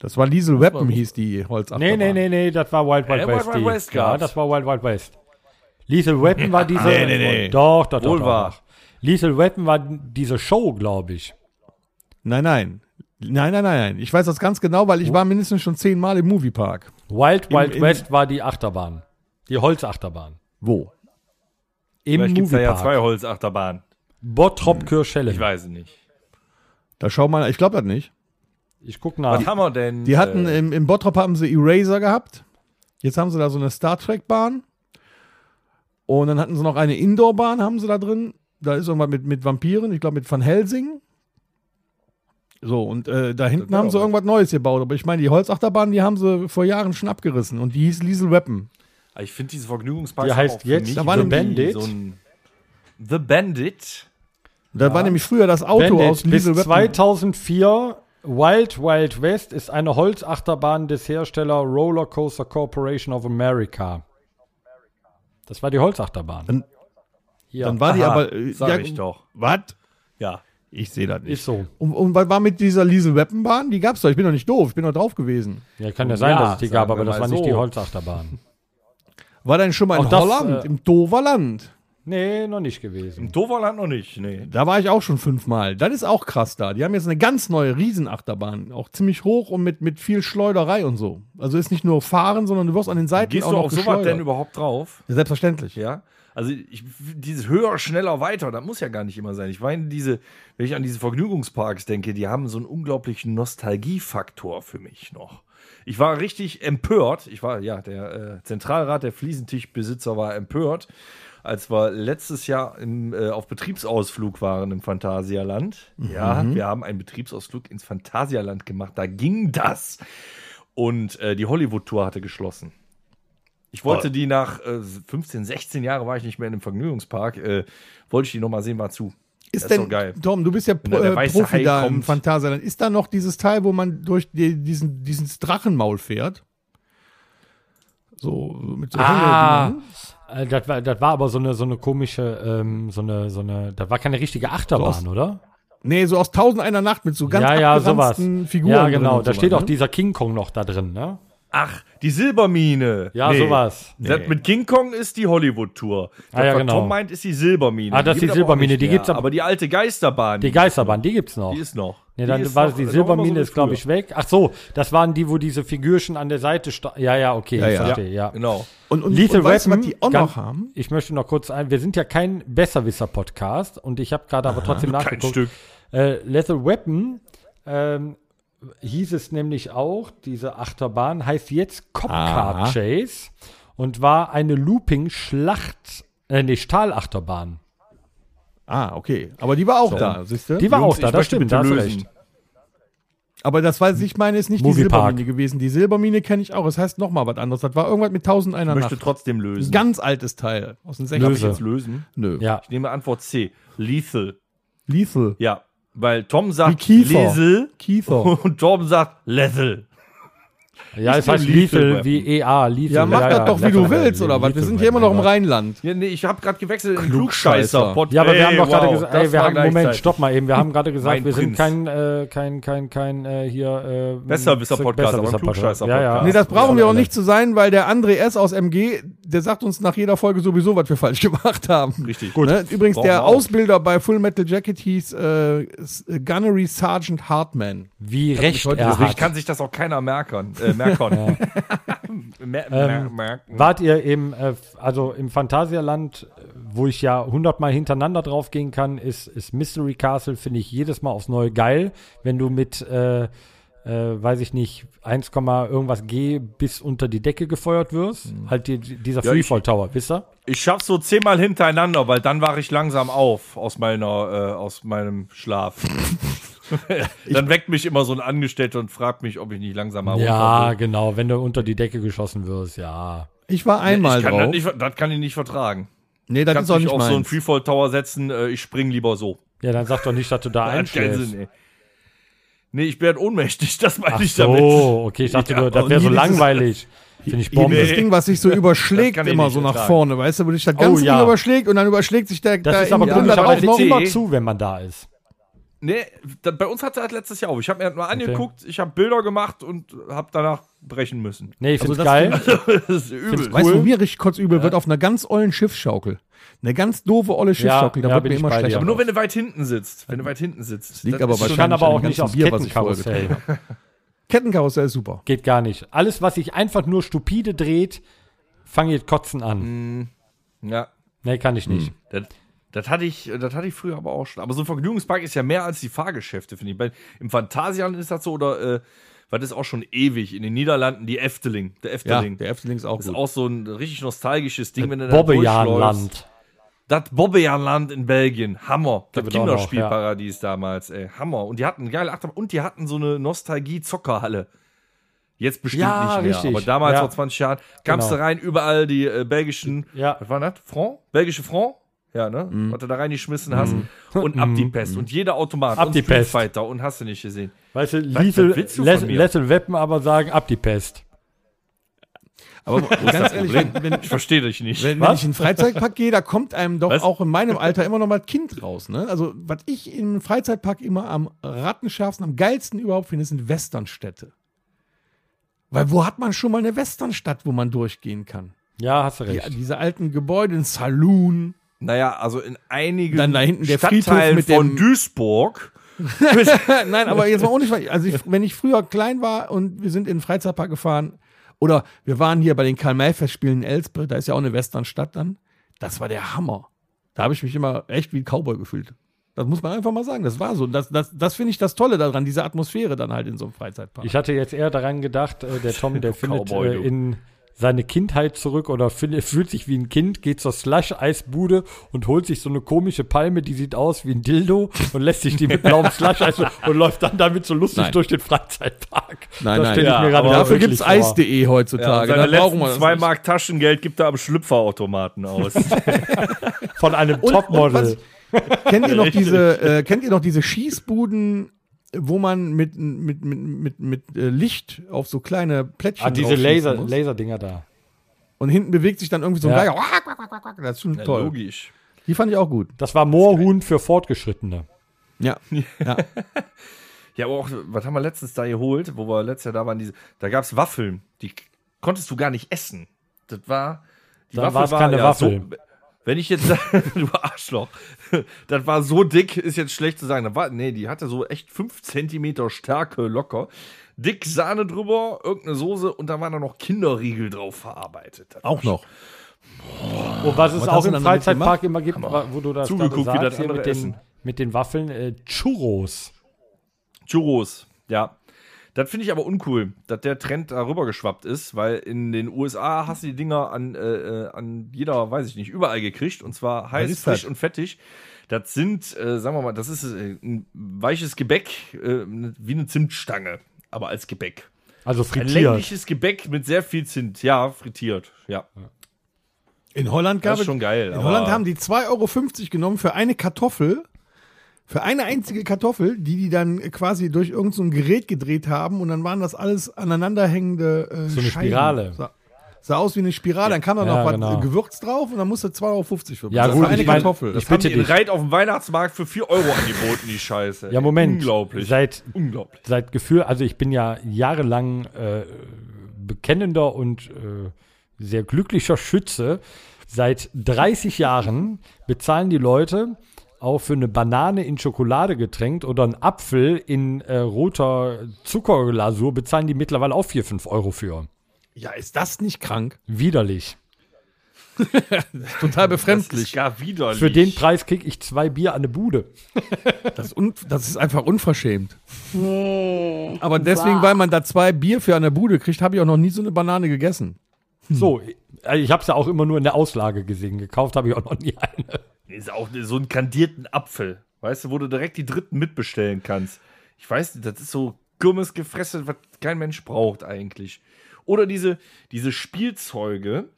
Das war Liesel Weapon, hieß die
Nee,
Holzachterbahn.
nee, nee, nee, das war Wild Wild
Äh, Wild
West.
Wild
die-
West
ja,
gab's.
das war Wild Wild West. Lethal Weapon war diese.
Nee, nee, nee.
Doch, doch, doch.
Wohl
doch,
wahr.
doch. Lethal Weapon war diese Show, glaube ich.
Nein, nein. Nein, nein, nein, nein. Ich weiß das ganz genau, weil ich war mindestens schon zehnmal im Moviepark.
Wild Wild
im-
West war die Achterbahn. Die Holzachterbahn.
Wo?
Im
Vielleicht gibt's da ja zwei
Moviepark.
Holzachterbahnen.
Bottrop Kirschelle.
Ich weiß es nicht.
Da schau mal, ich glaube das nicht.
Ich guck
Was
nach.
haben wir denn?
Die hatten
äh,
im, im Bottrop haben sie Eraser gehabt. Jetzt haben sie da so eine Star Trek Bahn. Und dann hatten sie noch eine Indoor Bahn haben sie da drin. Da ist irgendwas mit, mit Vampiren, ich glaube mit Van Helsing. So, und äh, da hinten
wär
haben
doch
sie
was.
irgendwas Neues gebaut. Aber ich meine, die Holzachterbahn, die haben sie vor Jahren schon abgerissen. Und die hieß Liesel Weapon.
Ah, ich finde diese Vergnügungspark
Die heißt jetzt
da war
The
nämlich
Bandit.
Bandit. So ein The Bandit.
Da war nämlich früher das Auto
Bandit,
aus
bis
Liesel Weapon.
2004 Wild Wild West ist eine Holzachterbahn des Hersteller Rollercoaster Corporation of America. Das war die Holzachterbahn.
Dann-
Hier.
Dann war die
Aha,
aber. äh,
sag ich doch.
Was?
Ja.
Ich sehe das nicht.
ist so.
Und, und was war mit dieser Liesel Weapon Bahn? Die gab's doch. Ich bin doch nicht doof. Ich bin doch drauf gewesen.
Ja, kann ja sein,
Ja,
dass es die
sagen
gab,
wir
aber das
mal
war nicht
so.
die Holzachterbahn.
War denn schon mal in
Auch das,
Holland,
äh,
im Doverland?
nee, noch nicht gewesen.
Im Doverland noch nicht. Nee.
Da war ich auch schon fünfmal. Das ist auch krass da. Die haben jetzt eine ganz neue Riesenachterbahn. Auch ziemlich hoch und mit, mit viel Schleuderei und so. Also ist nicht nur fahren, sondern du wirst an den Seiten
Gehst
auch
du
noch
auf sowas denn
geschleudert.
überhaupt drauf?
Ja, Selbstverständlich.
Ja. Also ich, dieses höher, schneller, weiter, das muss ja gar nicht immer sein. Ich meine, diese, wenn ich an diese Vergnügungsparks denke, die haben so einen unglaublichen Nostalgiefaktor für mich noch. Ich war richtig empört. Ich war, ja, der äh, Zentralrat der Fliesentischbesitzer war empört, als wir letztes Jahr im, äh, auf Betriebsausflug waren im Phantasialand. Ja, wir haben einen Betriebsausflug ins Phantasialand gemacht. Da ging das. Und äh, die Hollywood-Tour hatte geschlossen. Ich wollte die nach äh, 15, 16 Jahre war ich nicht mehr in einem Vergnügungspark, äh, wollte ich die nochmal sehen, war zu. Das
Ist
ist
denn,
doch geil.
Tom, du bist ja
Na,
Pro,
der
äh,
weiße
Profi
Hai
da im
kommt.
Phantasialand. Ist da noch dieses Teil, wo man durch die, diesen, diesen Drachenmaul fährt? So mit so
Ah,
Hängedingern.
äh, das war, das war aber so eine, so eine komische, ähm, so eine, so eine, das war keine richtige Achterbahn,
So
oder?
Nee, so aus Tausend einer Nacht mit so ganz
ja, ja, sowas.
abgeranzten Figuren.
ja,
drin
genau.
und
Da
sowas,
steht auch
ne?
dieser King Kong noch da drin, ne?
Ach, die Silbermine.
Ja, sowas.
Das mit King Kong ist die Hollywood-Tour.
Ah,
Das,
ja,
was
genau.
Tom meint, ist die Silbermine.
Ah, das ist die
gibt's aber auch
Silbermine,
nicht
die
mehr.
gibt's aber-
aber. die alte Geisterbahn.
Die Geisterbahn, die gibt's noch.
Die ist noch.
Ja, dann
ist
war
noch-
die
noch
Silbermine
immer so
ist, glaube
wie
ich, weg. Ach so, das waren die, wo diese Figürchen an der Seite standen. Ja, ja, okay, ich
ja.
verstehe, ja.
früher. Genau.
Und, und,
Lethal
und weißt du, was
Weapon,
die auch
ganz-
noch haben?
Ich möchte noch kurz ein, wir sind ja kein Besserwisser-Podcast und ich habe gerade aber trotzdem nachgeguckt.
Stück.
Äh, Lethal Weapon ähm, hieß es nämlich auch, diese Achterbahn heißt jetzt Cop Car
Aha.
Chase und war eine Looping-Schlacht, äh, nee, Stahlachterbahn.
Ah, okay. Aber die war auch da, siehst du?
Die war
Jungs,
auch da,
ich
das
möchte
stimmt,
bitte
da hast du
lösen.
recht.
Aber das, was ich meine, ist nicht die
Movie
Silbermine
Park.
gewesen. Die Silbermine kenne ich auch. Es das heißt nochmal was anderes. Das war irgendwas mit Tausend einer
Ich möchte
Nacht.
trotzdem lösen.
Ein ganz altes Teil. Aus den 60ern.
Darf ich
Löse.
jetzt lösen?
Nö.
Ja.
Ich nehme Antwort C. Lethal.
Lethal.
Ja. Weil Tom sagt
Wie Kiefer.
Lesel
Kiefer.
und Tom sagt Lethal.
Ja,
Ich
es heißt
nehme Lethal
Lethal
Weapon.
wie E EA, Lethal.
Ja, mach das doch, wie du
Lethal
willst,
Weapon,
oder was? Wir
Lethal
sind hier immer noch
Weapon,
im
ja.
Reinland.
Ja, nee, ich habe gerade gewechselt in
Klugscheißer.
Klugscheißer.
Ja, aber wir
Ey,
haben doch gerade
wow,
gesagt,
das
ey, wir
war
haben, Moment,
gleichzeitig.
stopp mal eben, wir haben gerade gesagt,
Mein
wir sind
Prinz.
kein, äh, kein, kein, kein, äh, hier, äh,
Besserwisser-Podcast, aber ein
Besserwisser-Podcast.
Klugscheißer-Podcast.
Ja, ja.
Nee, das brauchen
Ja,
wir auch
leider.
nicht zu sein, weil der André S. aus MG, der sagt uns nach jeder Folge sowieso, was wir falsch gemacht haben.
Richtig.
Gut. Ne? Übrigens,
Brauchen
der
wir auch.
Ausbilder bei Full Metal Jacket hieß äh, S- Gunnery Sergeant Hartman.
Wie recht
heute
er
Deswegen
hat.
kann sich das auch keiner merken. Äh, merken.
Ähm,
Mer- mer- merken.
Wart ihr im, äh, also im Phantasialand, äh, wo ich ja hundertmal hintereinander draufgehen kann, ist, ist Mystery Castle, finde ich jedes Mal aufs Neue geil, wenn du mit, äh, äh, weiß ich nicht, 1, irgendwas G bis unter die Decke gefeuert wirst. Halt die, die- dieser
Ja, ich-
Freefall Tower, wisst ihr?
Ich schaff's so zehnmal hintereinander, weil dann wache ich langsam auf aus meiner, äh, aus meinem Schlaf. dann weckt mich immer so ein Angestellter und fragt mich, ob ich nicht langsam mal
Ja,
runter
genau, wenn du unter die Decke geschossen wirst, ja.
Ich war
will.
einmal
ich kann das,
drauf.
nicht, ver- das kann ich nicht vertragen.
nee, das
Kannst
ist auch
mich
nicht
auf so einen
meins.
Freefall Tower setzen, äh, ich spring lieber so.
Ja, dann sag doch nicht, dass du da
Hat keinen
einschläfst.
ey. Nee, ich werde ohnmächtig, das meine
Ach
ich damit.
so, okay, ich dachte,
Ja,
nur, das
auch
wäre
nie
so
dieses-
langweilig. Finde ich Bombe.
Dieses Ding, was sich so überschlägt,
Das kann ich
immer
nicht
so nach
ertragen.
vorne, weißt du, wo sich das ganze
Oh, ja.
Ding überschlägt und dann überschlägt sich der
Das
da
ist aber
im
ja,
Grund
aber
auch
komischerweise
die
noch
C-
immer zu, wenn man da ist.
Nee, da, bei uns hatte das letztes Jahr auf. Ich habe mir das mal angeguckt, ich habe Bilder gemacht und habe danach brechen müssen.
Nee, ich
Also
find's
das
geil.
das ist übel.
Weißt du, wo mir richtig kurz übel wird? Auf einer ganz ollen Schiffsschaukel. Eine ganz doofe olle Schiffsschaukel, da
ja,
wird
bin
mir
ich
immer
bei dir.
schlechter.
Aber
Nur wenn du weit hinten sitzt. Wenn du weit hinten sitzt.
liegt
Das
aber
ist schon-
Ich kann aber auch
wahrscheinlich
nicht
an
aufs
dem Bier, was ich
Kettenkarussell.
Kettenkarussell ist super.
Geht gar nicht. Alles, was sich einfach nur stupide dreht, fange ich kotzen
Hm.
an.
Ja.
Nee, kann ich nicht.
Das, das, hatte ich, das hatte ich früher aber auch schon. Aber so ein Vergnügungspark ist ja mehr als die Fahrgeschäfte, finde ich. Bei, Im Phantasialand ist das so oder äh, weil das ist auch schon ewig. In den Niederlanden die Efteling. Der Efteling.
Efteling ist auch
das ist auch so ein richtig nostalgisches Ding, wenn du da durchläufst.
Bobbejahnland.
Das Bobbejaanland in Belgien. Hammer. Das
wird auch noch,
Kinderspielparadies damals, ey. Hammer. Und die hatten eine geile Achterbahn. Und die hatten so eine Nostalgie-Zockerhalle. Jetzt bestimmt
Ja,
nicht mehr.
richtig.
Aber damals,
Ja.
vor 20 Jahren, kamst
Genau.
du rein, überall die äh, belgischen.
Ja.
Was waren das? Franc? Belgische Franc? Ja, ne? Was du da reingeschmissen hast. Und ab die Pest. Und jeder Automat.
Ab
und
die
Street
Pest.
Fighter. Und hast du nicht gesehen.
Weißt du, Lethal,
was willst du von
Lethal-
mir?
Lethal Weapon aber sagen, ab die Pest.
Aber ganz ehrlich, wenn, wenn,
Ich verstehe dich nicht.
wenn, wenn ich in den Freizeitpark gehe, da kommt einem doch auch in meinem Alter immer noch mal das Kind raus. Ne? Also, was ich im Freizeitpark immer am rattenschärfsten, am geilsten überhaupt finde, sind Westernstädte. Weil wo hat man schon mal eine Westernstadt, wo man durchgehen kann?
Ja, hast du recht.
Ja, diese alten Gebäude, ein Saloon.
naja, also in einigen
Dann da hinten der Friedhof
Stadtteilen
mit
von
dem-
Duisburg.
Nein, aber jetzt mal ohne Spaß. Also, ich, wenn ich früher klein war und wir sind in den Freizeitpark gefahren oder wir waren hier bei den Karl-May-Festspielen in Elspe, da ist ja auch eine Westernstadt dann. Das war der Hammer. Da habe ich mich immer echt wie ein Cowboy gefühlt. Das muss man einfach mal sagen. Das war so. Und Das, das, das finde ich das Tolle daran, diese Atmosphäre dann halt in so einem Freizeitpark.
Ich hatte jetzt eher daran gedacht, äh, der Tom, der findet
Cowboy,
äh,
du.
in seine Kindheit zurück oder fühl- fühlt sich wie ein Kind, geht zur Slush-Eisbude und holt sich so eine komische Palme, die sieht aus wie ein Dildo und lässt sich die mit blauem Slush-Eis und läuft dann damit so lustig
Nein.
durch den Freizeitpark.
Nein, nein.
stell ich
Ja,
mir gerade
aber
Dafür
wirklich
gibt es
vor.
Eis.de
Ja,
heutzutage.
seine
da genau, brauchen
letzten
wir das
zwei
nicht.
Mark Taschengeld gibt er am Schlüpferautomaten aus.
Von einem
Und-
Topmodel.
und Kennt ihr noch diese, äh, kennt ihr noch diese Schießbuden, wo man mit, mit, mit, mit, mit äh, Licht auf so kleine Plättchen
ah, diese
draufschießen
Laser,
muss?
Laserdinger da.
Und hinten bewegt sich dann irgendwie so ein
Ja.
Geiger. Quack, quack, quack, quack, quack. Das ist schon toll.
Logisch.
Die fand ich auch gut.
Das war Moorhuhn für Fortgeschrittene.
Ja. ja.
Ja, aber auch, was haben wir letztens da geholt, wo wir letztes Jahr da waren? Diese, da gab es Waffeln, die k- konntest du gar nicht essen. Das war. Die
Dann war's keine Waffel.
So, wenn ich jetzt sage, du Arschloch, das war so dick, ist jetzt schlecht zu sagen. Das war, nee, die hatte so echt 5 cm Stärke locker. Dick Sahne drüber, irgendeine Soße und da waren da noch Kinderriegel drauf verarbeitet. Das
Auch noch.
Und was es
Was hast
auch
du
im
dann damit
Freizeitpark immer gibt, wo du das
Zugeguckt, wie
gerade
das
sagst, hier
andere
mit, den,
essen.
mit den Waffeln, äh, Churros.
Churros, ja. Das finde ich aber uncool, dass der Trend darüber geschwappt ist, weil in den USA hast du die Dinger an, äh, äh, an jeder, weiß ich nicht, überall gekriegt und zwar heiß,
ist
frisch
das?
und fettig. Das sind, äh, sagen wir mal, das ist äh, ein weiches Gebäck, äh, wie eine Zimtstange, aber als Gebäck.
Also
Ein
frittiert.
längliches Gebäck mit sehr viel Zimt, ja, frittiert, ja.
In Holland gab
Das ist
es.
schon geil,
In
aber-
Holland haben die 2,50 Euro genommen für eine Kartoffel. Für eine einzige Kartoffel, die die dann quasi durch irgendein so ein Gerät gedreht haben und dann waren das alles aneinanderhängende äh,
So eine
Scheiben.
Spirale.
Sah, sah aus wie eine Spirale, dann kam da
Ja,
noch was
genau.
äh, Gewürz drauf und dann musste 2,50 Euro für
Ja,
Das
gut,
war eine
ich mein,
Kartoffel.
ich
Das
bitte
Haben die
dich.
Reit auf dem Weihnachtsmarkt für 4 Euro angeboten, die Scheiße.
Ja, Moment.
Unglaublich.
Seit,
Unglaublich.
seit Gefühl, also ich bin ja jahrelang äh, bekennender und äh, sehr glücklicher Schütze. Seit 30 Jahren bezahlen die Leute auch für eine Banane in Schokolade getränkt oder einen Apfel in äh, roter Zuckerglasur bezahlen die mittlerweile auch 4, 5 Euro für.
ja, ist das nicht krank?
Widerlich.
Total
Das ist
befremdlich.
gar widerlich.
Für den Preis kriege ich zwei Bier an eine Bude.
Das, ist un- das ist einfach unverschämt. Aber deswegen, weil man da zwei Bier für an der Bude kriegt, habe ich auch noch nie so eine Banane gegessen.
So, äh, ich habe es ja auch immer nur in der Auslage gesehen. Gekauft habe ich auch noch nie eine.
Ist auch so einen kandierten Apfel. Weißt du, wo du direkt die dritten mitbestellen kannst. Ich weiß nicht, das ist so gummes Gefresse, was kein Mensch braucht eigentlich. Oder diese, diese Spielzeuge,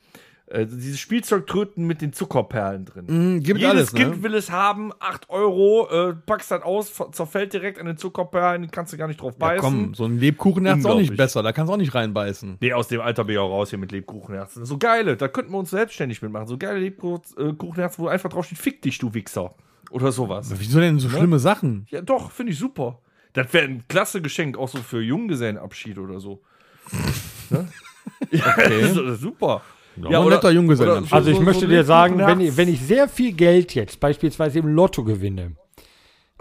äh, diese Spielzeugtröten mit den Zuckerperlen drin.
Mhm, gibt
Jedes
alles, ne?
Kind will es haben, 8 Euro, äh, packst das aus, ver- zerfällt direkt an den Zuckerperlen, kannst du gar nicht drauf beißen.
Ja, komm, so ein Lebkuchen ist auch nicht
Unglaublich.
besser, da kannst du auch nicht reinbeißen.
Nee, aus dem Alter bin ich auch raus hier mit Lebkuchenherzen. So geile, da könnten wir uns selbstständig mitmachen. So geile Lebkuchenherzen, wo einfach draufsteht, fick dich, du Wichser. Oder sowas.
Wieso denn
Ne?
so schlimme Sachen?
Ja, doch, finde ich super. Das wäre ein klasse Geschenk, auch so für Junggesellenabschied oder so. ne? Ja, das ist doch super. Ja,
ein netter Junggesellenabschied.
Also ich
so- so
möchte
ein
dir sagen, wenn,
Lebkuchenherz.
ich- wenn ich sehr viel Geld jetzt beispielsweise im Lotto gewinne,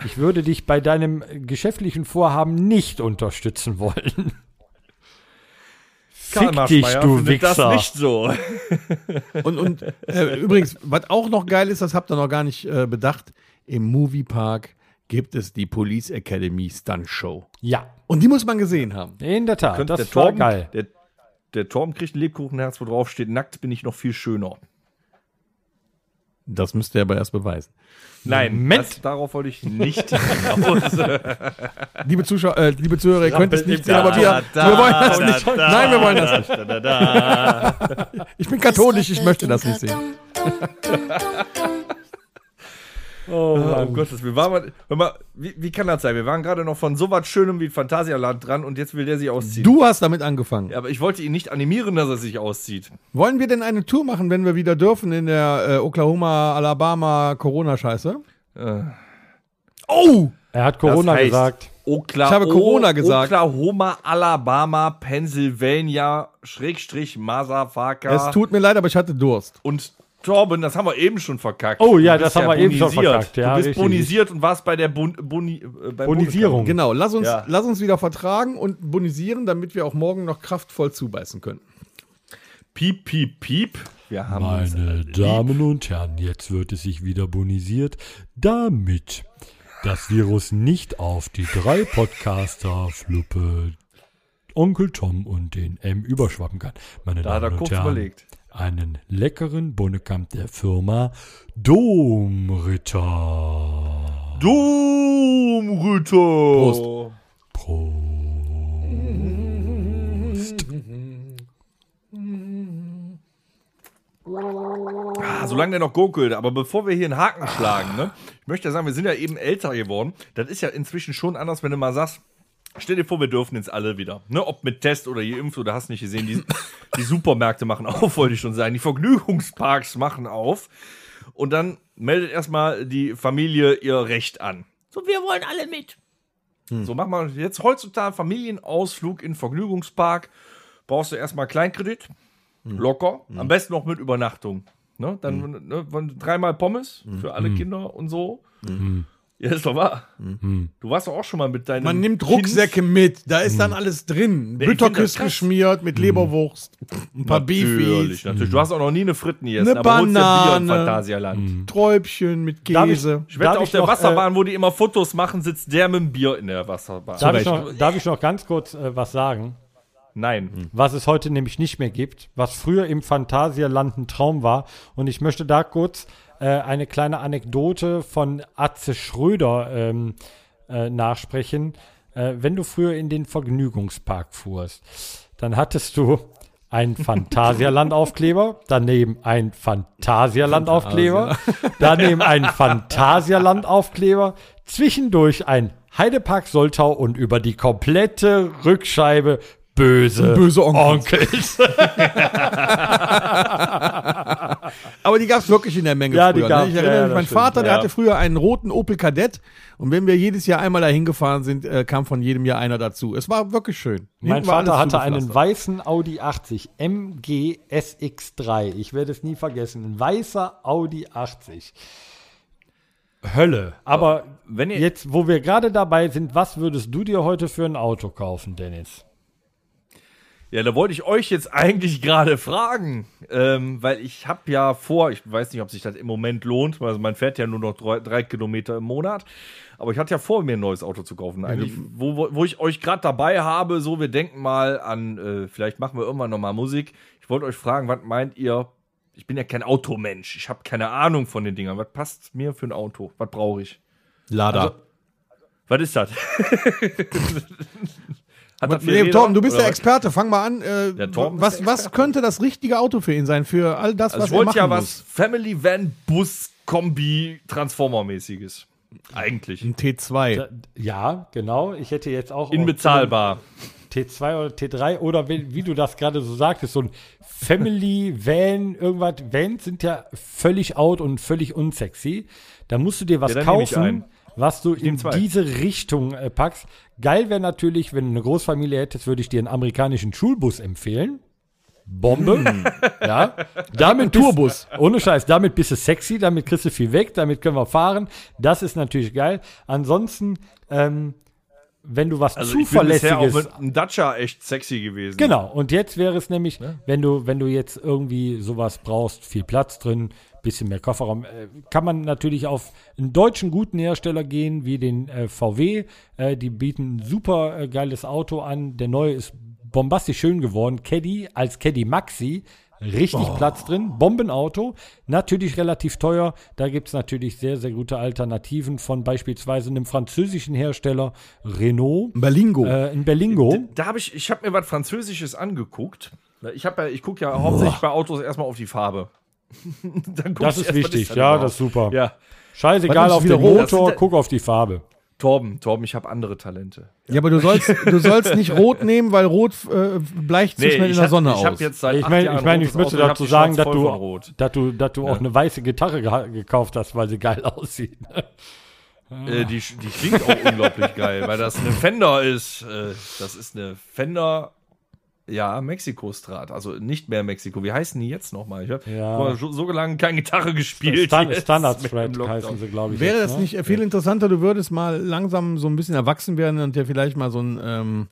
ich würde dich bei deinem geschäftlichen Vorhaben nicht unterstützen wollen.
Karl
Fick dich,
Maschmeyer
du
findet
Wichser.
Das nicht so.
Und, und äh, übrigens, was auch noch geil ist, das habt ihr noch gar nicht äh, bedacht, im Moviepark gibt es die Police Academy Stunt Show.
Ja,
Und die muss man gesehen haben.
in der Tat.
Könnt-
das war geil.
Der, der Torben kriegt ein Lebkuchenherz, wo drauf steht, nackt bin ich noch viel schöner.
Das müsst ihr aber erst beweisen.
Nein,
Moment.
das, darauf wollte ich nicht hinaus.
Liebe Zuschauer, äh, liebe Zuhörer, ihr könnt es nicht sehen, aber wir,
da,
wir wollen das
da,
nicht.
da,
Nein, wir wollen das nicht. Ich bin katholisch, ich möchte das Oh, nicht sehen.
Oh,
Oh,
Mann.
um Gottes Willen. War man, hör mal, wie, wie kann das sein? Wir waren gerade noch von so was Schönem wie Phantasialand dran und jetzt will der sich ausziehen.
Du hast damit angefangen.
Ja, aber ich wollte ihn nicht animieren, dass er sich auszieht.
Wollen wir denn eine Tour machen, wenn wir wieder dürfen in der äh, Oklahoma, Alabama Corona-Scheiße?
Äh.
Oh!
er hat Corona
heißt-
gesagt.
Okla
Ich habe Corona gesagt.
Oklahoma, Alabama, Pennsylvania, Schrägstrich, Masafaka.
Es tut mir leid, aber ich hatte Durst.
und Torben, das haben wir eben schon verkackt.
Oh ja,
Du bist
das haben wir eben schon
bonisiert.
verkackt, ja,
du bist
richtig.
bonisiert und warst bei der Bun, Boni, äh, bei
Bonisierung.
Genau, lass uns,
Ja.
lass uns wieder vertragen und bonisieren, damit wir auch morgen noch kraftvoll zubeißen können.
Bundeskanzler. Piep, piep, piep. Wir haben uns
Meine Damen und Herren, jetzt wird es sich wieder bonisiert, damit das Virus nicht auf die drei Podcaster, Fluppe, Onkel Tom und den M überschwappen kann. Meine
Da hat er
Damen und
kurz
Herren,
überlegt.
einen leckeren Bonnekamp der Firma Domritter.
Domritter. Prost. Ah, solange der noch gurgelt, aber bevor wir hier einen Haken schlagen, ne, ich möchte ja sagen, wir sind ja eben älter geworden. Das ist ja inzwischen schon anders, wenn du mal sagst, stell dir vor, wir dürfen jetzt alle wieder. Ne, ob mit Test oder geimpft oder hast nicht gesehen, die, die Supermärkte machen auf, wollte ich schon sagen. Die Vergnügungsparks machen auf. Und dann meldet erstmal die Familie ihr Recht an. So, wir wollen alle mit. So, mach mal jetzt heutzutage Familienausflug in Vergnügungspark. Brauchst du erstmal Kleinkredit.
Hm.
Locker. Am besten noch mit Übernachtung. Ne? Dann ne, wenn- dreimal Pommes
Hm.
für alle Kinder und so. Ja, ist doch wahr. Hm. Du warst doch auch schon mal mit deinem.
Hm. Man nimmt
Kind-
Rucksäcke mit, da ist dann alles drin.
ich find das
Bütterküss
krass.
geschmiert mit Leberwurst, ein paar
Natürlich,
Beefies, Hm.
natürlich. Du hast auch noch nie eine Fritten gegessen,
Eine
holst dir Bier in
Banane. Hm.
Phantasialand.
Träubchen mit
Darf ich-
Käse.
Ich wette,
Darf
auf
ich
der
noch, äh,
Wasserbahn, wo die immer Fotos machen, sitzt der mit dem Bier in der Wasserbahn.
Darf ich,
Recht.
noch, darf ich noch ganz kurz äh, was sagen?
Nein.
Mhm. was es heute nämlich nicht mehr gibt, was früher im Phantasialand ein Traum war. Und ich möchte da kurz äh, eine kleine Anekdote von Atze Schröder ähm, äh, nachsprechen. Äh, wenn du früher in den Vergnügungspark fuhrst, dann hattest du einen Phantasialand-Aufkleber, daneben ein Phantasialand-Aufkleber, daneben ein Phantasialand-Aufkleber, zwischendurch ein Heidepark Soltau und über die komplette Rückscheibe böse
Böse Äh,
Onkels.
Onkels. Aber die gab es wirklich in der Menge
Ja, die
früher.
gab's,
ne? Ich
ja,
erinnere
ja,
mich,
das
mein
stimmt.
Vater, der
Ja.
hatte früher einen roten Opel Kadett. Und wenn wir jedes Jahr einmal dahin gefahren sind, äh, kam von jedem Jahr einer dazu. Es war wirklich schön.
Mein
Hinten war
Vater
alles
hatte einen
zugepflastert.
weißen Audi 80 MG SX3. Ich werde es nie vergessen. Ein weißer Audi 80. Hm. Hölle. Aber
Wenn ihr-
jetzt, wo wir gerade dabei sind, was würdest du dir heute für ein Auto kaufen, Dennis?
Ja, da wollte ich euch jetzt eigentlich gerade fragen, ähm, weil ich habe ja vor, ich weiß nicht, ob sich das im Moment lohnt, weil man fährt ja nur noch drei, drei Kilometer im Monat, aber ich hatte ja vor, mir ein neues Auto zu kaufen. Eigentlich, wo, wo- wo ich euch gerade dabei habe, so wir denken mal an, äh, vielleicht machen wir irgendwann nochmal Musik. Ich wollte euch fragen, was meint ihr? Ich bin ja kein Automensch, ich habe keine Ahnung von den Dingern. Was passt mir für ein Auto? Was brauche ich?
Lada.
Was ist das? Hat das vier
Nee,
Räder?
Torben, du bist
Oder
der
was?
Experte. Fang mal an. Äh,
Ja, Torben
was,
ist der
was könnte das richtige Auto für ihn sein? Für all das,
Also
was
ich
er
wollte
machen
ja
muss?
was Family Van Bus Kombi Transformer-mäßiges. Eigentlich.
Ein T2.
Ja, genau. Ich hätte jetzt auch
Inbezahlbar.
T2 oder T3 oder wie, wie du das gerade so sagtest, so ein Family Van, irgendwas. Vans sind ja völlig out und völlig unsexy. Da musst du dir was
Ja, dann nehm ich
kaufen,
einen.
was du in
zwei.
diese Richtung äh, packst. Geil wäre natürlich, wenn du eine Großfamilie hättest, würde ich dir einen amerikanischen Schulbus empfehlen. Bombe.
Hm.
ja. Damit bist-
Tourbus.
Ohne Scheiß. Damit bist du sexy, damit kriegst du viel weg, damit können wir fahren. Das ist natürlich geil. Ansonsten, ähm, wenn du was
Also ich bin bisher auch
Zuverlässiges
mit einem Dacia echt sexy gewesen.
Genau, und jetzt wäre es nämlich, wenn du, wenn du jetzt irgendwie sowas brauchst, viel Platz drin, bisschen mehr Kofferraum, äh, kann man natürlich auf einen deutschen guten Hersteller gehen, wie den äh, VW. Äh, die bieten ein super äh, geiles Auto an. Der neue ist bombastisch schön geworden. Caddy als Caddy Maxi. Richtig Platz drin, Bombenauto, natürlich relativ teuer. Da gibt es natürlich sehr, sehr gute Alternativen von beispielsweise einem französischen Hersteller Renault,
Berlingo.
äh, in Berlingo.
Da habe ich, ich habe mir was Französisches angeguckt. Ich habe ja, ich gucke ja hauptsächlich bei Autos erstmal auf die Farbe. Dann guck
Das ist
ich erst mal, was
wichtig,
da
ja,
überhaupt?
das ist super.
Ja.
Scheißegal
Warte,
auf
ist wieder
den
rot.
Motor,
Das sind-
guck auf die Farbe.
Torben, Torben, ich habe andere Talente.
ja, aber du sollst, du sollst nicht rot nehmen, weil rot äh, bleicht zu schnell in
ich
der
hab-
Sonne
ich
aus.
Hab jetzt seit
Ich
acht
meine,
Jahren
ich, mein, ich
rotes
möchte
Auto und hab
dazu
die
sagen,
Schnauze
dass
voll von
du,
Rot.
dass du, dass du auch eine weiße Gitarre geha- gekauft hast, weil sie geil aussieht.
Äh, die, die klingt auch unglaublich geil, weil das eine Fender ist. Äh, das ist eine Fender, ja, Mexiko-Strat. Also nicht mehr Mexiko. Wie heißen die jetzt nochmal? Ich habe
Ja.
so, so lange keine Gitarre gespielt.
Stan
jetzt
Standard
mit
Thread
dem Lockdown.
heißen sie, glaube ich.
Wäre
jetzt,
das äh,
ne?
nicht viel interessanter, du würdest mal langsam so ein bisschen erwachsen werden und dir vielleicht mal so ein ähm,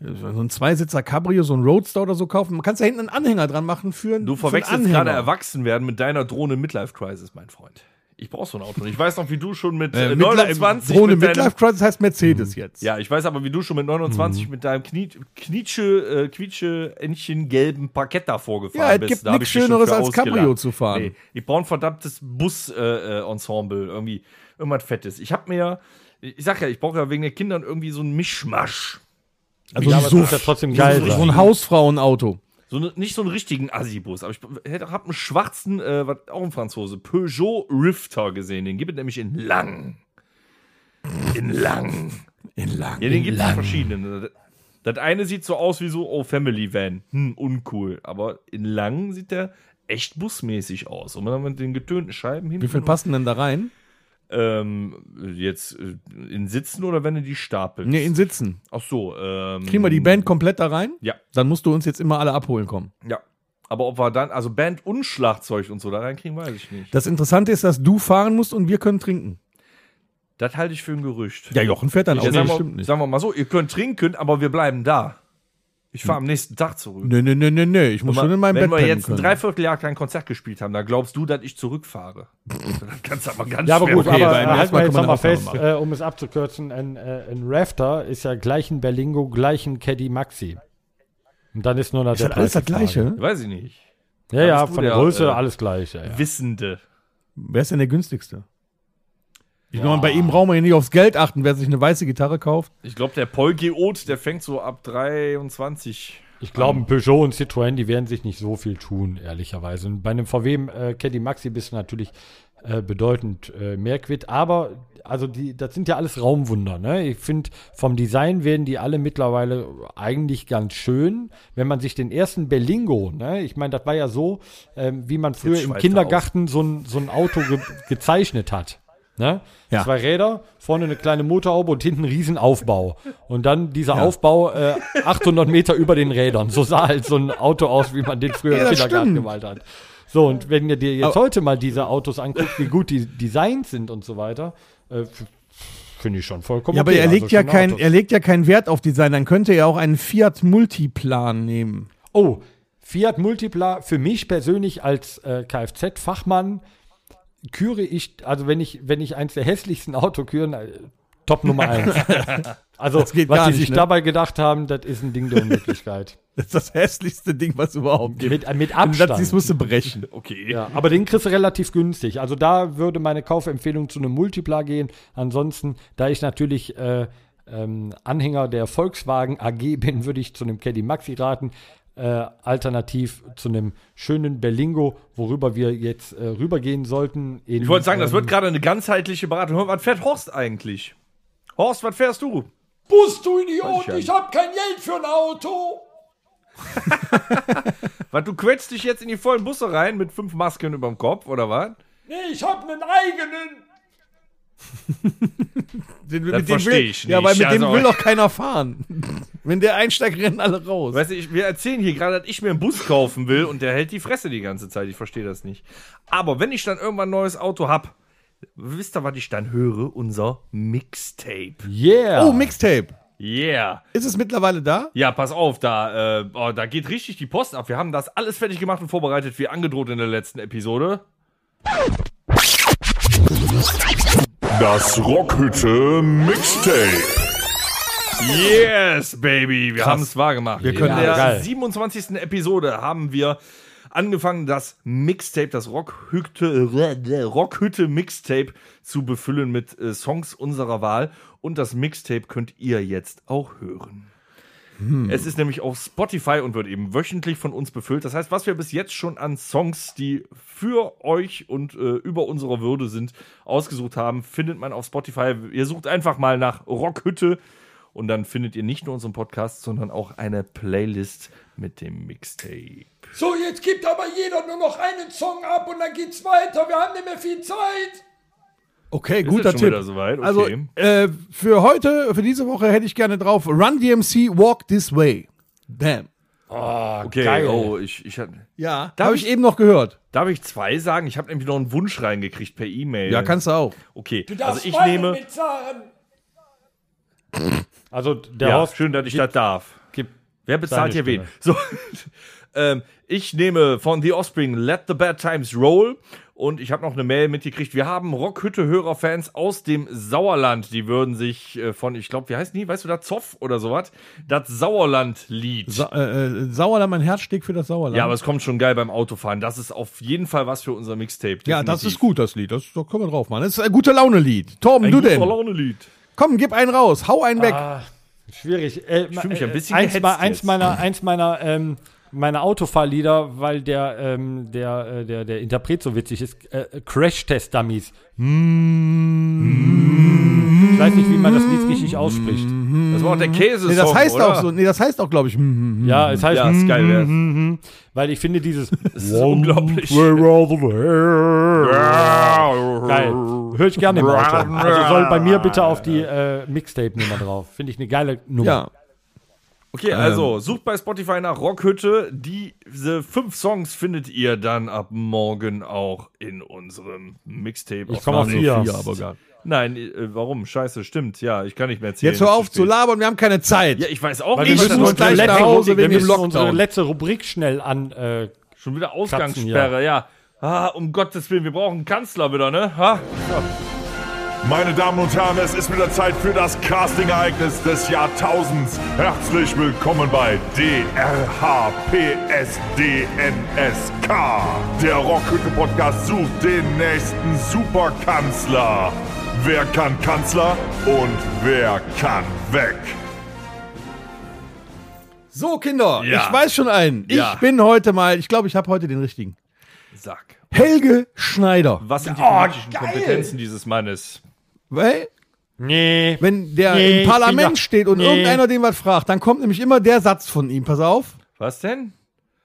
so ein Zweisitzer Cabrio, so ein Roadster oder so kaufen. Man kann ja hinten einen Anhänger dran machen für einen
Du
für einen
verwechselst
Anhänger.
gerade erwachsen werden mit deiner Drohne Midlife Crisis, mein Freund. Ich brauch so ein Auto. nicht. Ich weiß noch, wie du schon mit
Äh,
äh,
Midlife-
29
Drohne
mit deinem- Mhm.
Midlife Crisis heißt Mercedes jetzt.
Ja, ich weiß aber, wie du schon mit
Mhm.
29 mit deinem Knie, Knietsche, äh, Quietsche, Entchen, gelben Parkett davor gefahren
Ja, es
bist.
gibt
Da hab
nix
ich dich schon
Schöneres
für
als
ausgelacht.
Cabrio zu fahren.
ich brauche ein verdammtes Bus-Ensemble, äh, Ensemble, irgendwie irgendwas Fettes. Ich hab mir, ich sag ja, ich brauche ja wegen der Kindern irgendwie so einen Mischmasch.
also
ja,
ja,
aber
so,
das muss ja trotzdem geil
so
sein.
ein Hausfrauenauto.
So ne, nicht so einen richtigen Assi-Bus, aber ich hätte- hab einen schwarzen, äh, was- auch ein Franzose, Peugeot Rifter gesehen. Den gibt es nämlich in Lang. In Lang.
In lang.
Ja, den gibt es verschiedene. Das eine sieht so aus wie so, oh, Family Van. Hm, uncool. Aber in Lang sieht der echt busmäßig aus. Und dann mit den getönten Scheiben hinten.
Wie viel passen denn da rein?
Ähm, jetzt äh, in Sitzen oder wenn du die stapelst?
Nee, in Sitzen.
Ach so. Ähm,
Kriegen wir die Band komplett da rein?
Ja.
Dann musst du uns jetzt immer alle abholen kommen.
Ja. Aber ob wir dann, also Band und Schlagzeug und so da reinkriegen, weiß ich nicht.
Das Interessante ist, dass du fahren musst und wir können trinken.
Das halte ich für ein Gerücht.
Jochen fährt dann
Ja,
Nee,
sagen,
das
wir,
stimmt nicht.
sagen wir mal so, ihr könnt trinken, aber wir bleiben da. Ich fahre am nächsten Tag zurück.
Nee, nee, nee, nee, nee. Ich muss
Mal,
Hm. schon in meinem
wenn
Bett
wir
pennen
jetzt ein
können.
Dreivierteljahr kein Konzert gespielt haben, dann glaubst du, dass ich zurückfahre. Dann kannst du aber ganz
Ja, aber
schwer
gut,
okay,
aber
beim
äh,
ersten
halten wir
Mal kann
jetzt
man
nochmal
eine Ausnahme
fest, äh, um es abzukürzen, ein, äh, ein Rafter ist ja gleich ein Berlingo, gleich ein Caddy Maxi. Und dann ist nur noch
ist das alles das
Preis die Frage.
Gleiche?
Weiß ich nicht.
Ja, ja,
bist du
von
der,
Größe
äh,
alles gleich. Ja, ja.
Wissende.
Wer ist denn der günstigste? Ich meine, bei ihm brauchen wir ja nicht aufs Geld achten, wer sich eine weiße Gitarre kauft.
Ich glaube, der Paul Geoth, der fängt so ab 23.
Ich glaube,
Ähm.
ein Peugeot und Citroën, die werden sich nicht so viel tun, ehrlicherweise. Und bei einem VW äh, Caddy Maxi bist du natürlich äh, bedeutend äh, mehr quitt. Aber also die, das sind ja alles Raumwunder. Ne? Ich finde, vom Design werden die alle mittlerweile eigentlich ganz schön. Wenn man sich den ersten Berlingo, ne? ich meine, das war ja so, ähm, wie man früher im
schweift er
Kindergarten so ein, so ein Auto ge gezeichnet hat. Ne?
Ja.
Zwei Räder, vorne eine kleine Motorhaube und hinten ein Riesenaufbau. Und dann dieser Aufbau äh, 800 Meter über den Rädern. So sah halt so ein Auto aus, wie man den früher
Ja,
im
das
Kindergarten
stimmt.
gemalt hat. So, und wenn ihr dir jetzt heute mal diese Autos anguckt, wie gut die designt sind und so weiter, äh, f- finde ich schon vollkommen
Ja, aber
okay.
er, legt
Also
ja
schöne
kein,
Autos.
er legt ja keinen Wert auf Design. Dann könnte er auch einen Fiat Multiplan nehmen.
Oh, Fiat Multipla, für mich persönlich als äh, Kfz-Fachmann küre ich, also wenn ich, wenn ich eins der hässlichsten Auto küren, äh, Top Nummer eins. Also, was
geht gar
die
nicht,
sich
ne?
dabei gedacht haben, das ist ein Ding der Unmöglichkeit.
Das ist das hässlichste Ding, was überhaupt gibt.
mit, äh, mit
Wenn du das siehst,
Abstand.
musst du brechen.
Okay.
Ja, aber den kriegst du relativ günstig. Also da würde meine Kaufempfehlung zu einem Multipla gehen. Ansonsten, da ich natürlich äh, ähm, Anhänger der Volkswagen AG bin, würde ich zu einem Caddy Maxi raten. Äh, alternativ zu einem schönen Berlingo, worüber wir jetzt äh, rübergehen sollten. in,
Ich wollte sagen, das
ähm,
wird gerade eine ganzheitliche Beratung. Hör, mal, was fährt Horst eigentlich? Horst, was fährst du?
Bus, du
Weiß
Idiot,
ich ja
ich hab kein Geld für ein Auto.
Was, du quetschst dich jetzt in die vollen Busse rein mit fünf Masken überm Kopf, oder was?
Nee, ich hab nen eigenen.
Den,
Das
dem
versteh
will,
ich
Ja,
nicht.
weil mit dem
Also-
will doch keiner fahren. Wenn der einsteigt, rennen alle raus.
Weißt du, ich, wir erzählen hier gerade, dass ich mir einen Bus kaufen will und der hält die Fresse die ganze Zeit. Ich verstehe das nicht. Aber wenn ich dann irgendwann ein neues Auto hab, wisst ihr, was ich dann höre? Unser Mixtape.
Yeah!
Oh, Mixtape.
Yeah.
Ist es mittlerweile da?
Ja, pass auf, da, äh, oh, da geht richtig die Post ab. Wir haben das alles fertig gemacht und vorbereitet, wie angedroht in der letzten Episode.
Das Rockhütte Mixtape.
Yes, baby. Wir haben es wahr gemacht. Wir
können-
in der
Ja, geil.
27. Episode haben wir angefangen, das Mixtape, das Rockhütte, äh, Rockhütte Mixtape zu befüllen mit äh, Songs unserer Wahl. Und das Mixtape könnt ihr jetzt auch hören. Es ist nämlich auf Spotify und wird eben wöchentlich von uns befüllt. Das heißt, was wir bis jetzt schon an Songs, die für euch und äh, über unsere Würde sind, ausgesucht haben, findet man auf Spotify. Ihr sucht einfach mal nach Rockhütte und dann findet ihr nicht nur unseren Podcast, sondern auch eine Playlist mit dem Mixtape.
So, jetzt gibt aber jeder nur noch einen Song ab und dann geht's weiter. Wir haben nicht mehr viel Zeit.
Okay, guter
schon wieder
Tipp.
soweit? Okay.
Also äh, für heute, für diese Woche hätte ich gerne drauf Run DMC Walk This Way. Damn.
Okay,
geil.
oh, ich, ich hatte.
Ja,
Darf
habe ich
ich-
eben noch gehört.
Darf ich zwei sagen? Ich habe nämlich noch einen Wunsch reingekriegt per E-Mail.
Ja, kannst du auch.
Okay,
Du darfst
also ich
meinen
nehme.
bezahlen.
Also der
ja,
Horst
schön, dass ich das darf.
gibt
Wer bezahlt hier
Seine
wen? So, ähm, ich nehme von The Offspring Let the Bad Times Roll und ich habe noch eine Mail mitgekriegt. Wir haben Rockhütte-Hörerfans aus dem Sauerland, die würden sich äh, von, ich glaube, wie heißt die? Weißt du, da Zoff oder sowas? Das Sauerland-Lied.
Sa äh, äh, Sauerland, mein Herz schlägt für das Sauerland.
ja, aber es kommt schon geil beim Autofahren. Das ist auf jeden Fall was für unser Mixtape.
Ja, das
definitiv.
ist gut, das Lied. Das, da können wir drauf machen. Das ist ein gute Laune-Lied. Torben,
Ein
du
guter Ah,
denn?
Laune-Lied.
Komm, gib einen raus. Hau einen weg.
Schwierig. Äh,
fühl mich
äh,
ein bisschen
eins,
gehetzt
mal, eins
jetzt.
meiner, eins meiner, ähm, meiner Autofahrlieder, weil der, ähm, der, äh, der, der Interpret so witzig ist. Äh, Crash-Test-Dummies. Ich weiß nicht, wie man das Lied richtig ausspricht.
Das war auch der Käse.
Mhm. Nee, das heißt auch so. Nee, das heißt auch, glaube ich. mm, mm,
Ja, es heißt,
Ja, ist geil, ja.
Mhm. weil ich finde dieses
Das ist unglaublich.
geil. Höre ich gerne im Auto. Also soll bei mir bitte auf die äh, Mixtape-Nummer drauf. Finde ich eine geile Nummer.
Ja.
Okay,
Ähm.
also sucht bei Spotify nach Rockhütte. Diese fünf Songs findet ihr dann ab morgen auch in unserem Mixtape.
Ich komme auf vier.
vier, aber gar.
Nein, äh, warum? Scheiße, stimmt. Ja, ich kann nicht mehr erzählen.
Jetzt hör
ist
auf
zu
zu
spät.
labern, wir haben keine Zeit.
Ja, ich weiß auch
Weil
nicht.
wir
Ich
müssen
muss
unsere
gleich nach
letzte,
Hause
Rubrik- wir
wegen dem
müssen unsere
Lockdown.
letzte Rubrik schnell an. Äh,
Schon wieder
Katzen,
Ausgangssperre, ja. Ah, um Gottes Willen, wir brauchen einen Kanzler wieder, ne? Ha?
Meine Damen und Herren, es ist wieder Zeit für das Casting-Ereignis des Jahrtausends. Herzlich willkommen bei DRHPSDNSK. Der Rockhütte-Podcast sucht den nächsten Superkanzler. Wer kann Kanzler und wer kann weg?
So, Kinder,
Ja.
ich weiß schon einen. Ich
Ja.
bin heute mal, ich glaube, ich habe heute den richtigen.
Sag.
Helge Schneider.
Was sind die
Oh,
politischen Kompetenzen dieses Mannes?
Weil,
nee.
wenn der
Nee,
im
ich bin
Parlament
da-
steht und
Nee.
irgendeiner den was fragt, dann kommt nämlich immer der Satz von ihm. Pass auf,
Was denn?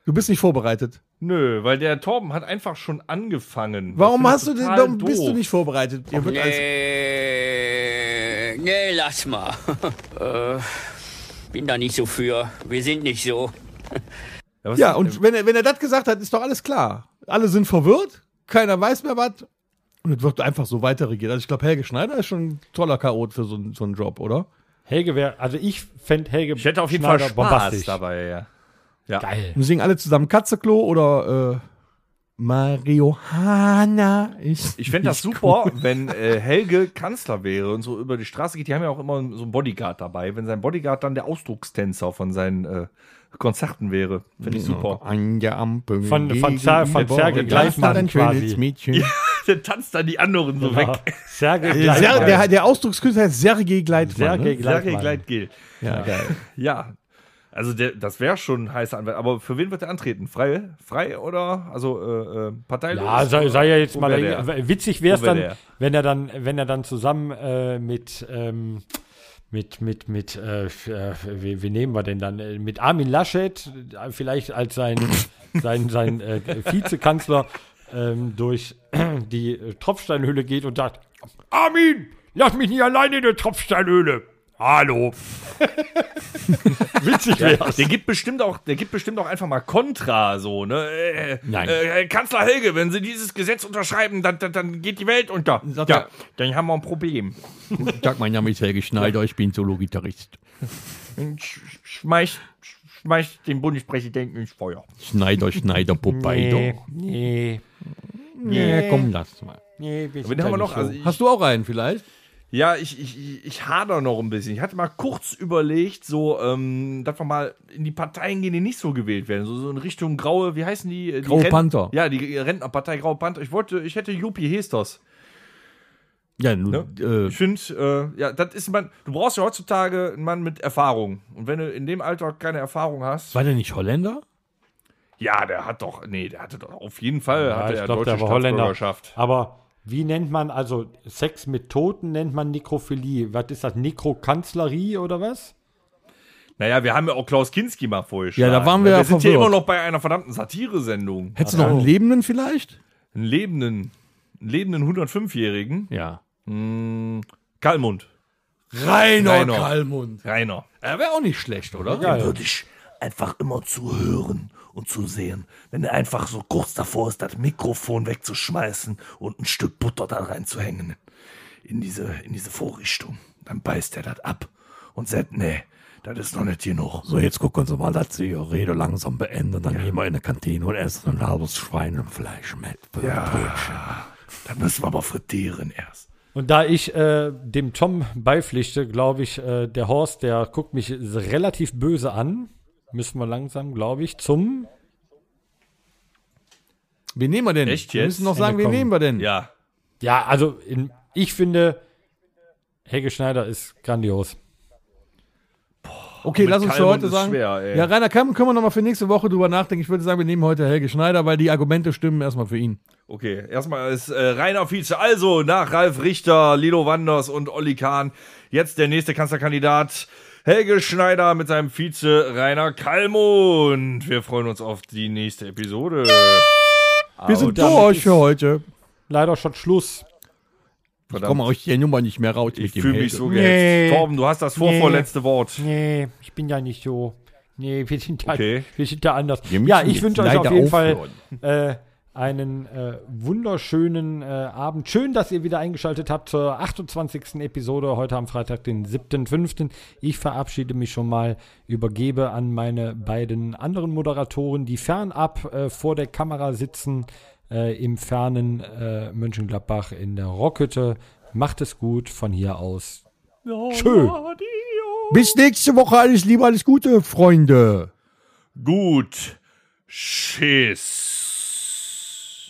du bist nicht vorbereitet.
Nö, weil der Torben hat einfach schon angefangen.
Warum
Das
hast du
finde
den,
ich
warum
total
bist du
doof.
nicht vorbereitet? Ihr wird als-
Nee, Äh, nee, lass mal. äh, bin da nicht so für. Wir sind nicht so.
Ja, was
Ja,
ist-
und wenn er, wenn er das gesagt hat, ist doch alles klar. Alle sind verwirrt, keiner weiß mehr was. Und es wird einfach so weiterregiert. Also ich glaube, Helge Schneider ist schon ein toller Chaot für so, einen- so einen Job, oder?
Helge wäre, also ich fände Helge
Ich hätte auf jeden Fall
Schneider
Spaß
bombastisch.
dabei, ja.
Geil.
Wir singen alle zusammen Katzeklo oder äh, Mario Hanna.
Ich fände das super, wenn äh, Helge Kanzler wäre und so über die Straße geht. Die haben ja auch immer so einen Bodyguard dabei. Wenn sein Bodyguard dann der Ausdruckstänzer von seinen äh, Konzerten wäre, fände
Mhm.
ich
Oh
super.
An der Ampel.
Von- von Zer- von Serge Gleichmann
ein schönes
quasi.
Mädchen.
Der tanzt dann die anderen so
Ja.
weg.
Serge
Der,
Gleitmann.
der, der Ausdruckskünstler heißt Sergei Gleitmann.
Sergei
ne?
Sergei
Gleitmann.
Gleitgel.
Ja, geil.
Ja. Also der, das wäre schon ein heißer Anwalt. Aber für wen wird er antreten? Frei, frei oder also äh, äh, parteilos?
Ja, sei, sei ja jetzt
Wo
mal.
wär der?
Witzig wäre es
Wo wär
dann,
der?
wenn er dann, wenn er dann zusammen äh, mit, ähm, mit, mit, mit, äh, f- äh, wie, wie nehmen wir denn dann? Äh, Mit Armin Laschet, äh, vielleicht als sein, sein, sein äh, Vizekanzler ähm, durch die äh, Tropfsteinhöhle geht und sagt: Armin, lass mich nicht alleine in der Tropfsteinhöhle. Hallo. Witzig wäre
Der gibt bestimmt auch, der gibt bestimmt auch einfach mal Kontra, so, ne? Äh,
Nein.
Äh, Kanzler Helge, wenn Sie dieses Gesetz unterschreiben, dann, dann, dann geht die Welt unter.
Sagt
ja,
er-
dann haben wir ein Problem.
Guten Tag, mein Name ist Helge Schneider, ich bin Solo-Gitarrist.
Dann sch- sch- Schmeißt, sch- schmeißt den Bundespräsidenten ins Feuer.
Schneider, Schneider, Popeye.
Nee, nee,
Nee, komm, lass mal.
nee. wir sind
Wen
da
haben wir
nicht
noch?
so.
Also ich,
Hast du auch einen vielleicht?
ja, ich, ich, ich- ich hader noch ein bisschen. Ich hatte mal kurz überlegt, so, ähm, dass wir mal in die Parteien gehen, die nicht so gewählt werden. So, so in Richtung graue, wie heißen die? die
Graue
Rent-
Panther.
Ja, die Rentnerpartei Graue Panther. Ich wollte, ich hätte Juppie Hestos.
Ja, nun, äh,
Ich finde, äh, ja, das ist man. Du brauchst ja heutzutage einen Mann mit Erfahrung. Und wenn du in dem Alter keine Erfahrung hast.
war der nicht Holländer?
Ja, der hat doch. Nee, der hatte doch auf jeden Fall
Ja,
hatte
ich
er
glaube,
Ah, deutsche
der war Holländer.
Staatsbürgerschaft.
Aber wie nennt man, also Sex mit Toten nennt man Nekrophilie. Was ist das? Nekrokanzlerie oder was?
Naja, wir haben ja auch Klaus Kinski mal vorgeschlagen.
Ja, da waren wir
wir
ja
sind hier
verwirrt.
immer noch bei einer verdammten Satire-Sendung.
Hättest du noch einen Lebenden vielleicht?
Einen lebenden, einen lebenden 105-Jährigen.
Ja.
Kalmund.
Rainer,
Rainer.
Kallmund.
Rainer.
Er wäre auch nicht schlecht, oder?
Ja, ja.
würde ich einfach immer zuhören und zusehen, wenn er einfach so kurz davor ist, das Mikrofon wegzuschmeißen und ein Stück Butter da reinzuhängen in diese, in diese Vorrichtung. Dann beißt er das ab und sagt, nee, das ist noch nicht genug. So, jetzt gucken Sie mal, dass Sie Ihre Rede langsam beenden. Dann gehen wir in eine Kantine und essen ein halbes Schweinefleisch mit ja. Dann müssen wir aber frittieren erst.
Und da ich äh, dem Tom beipflichte, glaube ich, äh, der Horst, der guckt mich s- relativ böse an. Müssen wir langsam, glaube ich, zum.
Wen nehmen wir denn?
Echt
Wir
jetzt?
müssen noch sagen, wen
Ende
nehmen wir denn?
Ja.
Ja, also in, ich finde, Helge Schneider ist grandios.
Okay,
Mit
lass uns für
Kalmund
heute
ist
sagen.
schwer, ey.
ja, Rainer Kamm können wir nochmal für nächste Woche drüber nachdenken. Ich würde sagen, wir nehmen heute Helge Schneider, weil die Argumente stimmen erstmal für ihn.
Okay, erstmal ist äh, Rainer Vize. Also nach Ralf Richter, Lilo Wanders und Olli Kahn jetzt der nächste Kanzlerkandidat Helge Schneider mit seinem Vize Rainer Kallmund. Wir freuen uns auf die nächste Episode. Ah,
Wir sind
damit
durch
ist-
für heute.
Leider schon Schluss.
Ich komme aus der Nummer nicht mehr raus.
Ich
mit dem
fühle mich
Helge.
so gehetzt. Torben, du hast das vorvorletzte Wort.
Nee, ich bin ja nicht so. Nee, wir sind da,
Okay.
wir sind da anders.
Wir müssen
Ja, ich
jetzt
wünsche euch auf
leider
jeden
aufhören.
Fall äh, einen äh, wunderschönen äh, Abend. Schön, dass ihr wieder eingeschaltet habt zur 28. Episode heute am Freitag, den 7.5. Ich verabschiede mich schon mal, übergebe an meine beiden anderen Moderatoren, die fernab äh, vor der Kamera sitzen, äh, im fernen äh, Mönchengladbach in der Rockhütte. Macht es gut von hier aus. Tschö.
Bis nächste Woche. Alles Liebe, alles Gute, Freunde.
Gut. Schiss.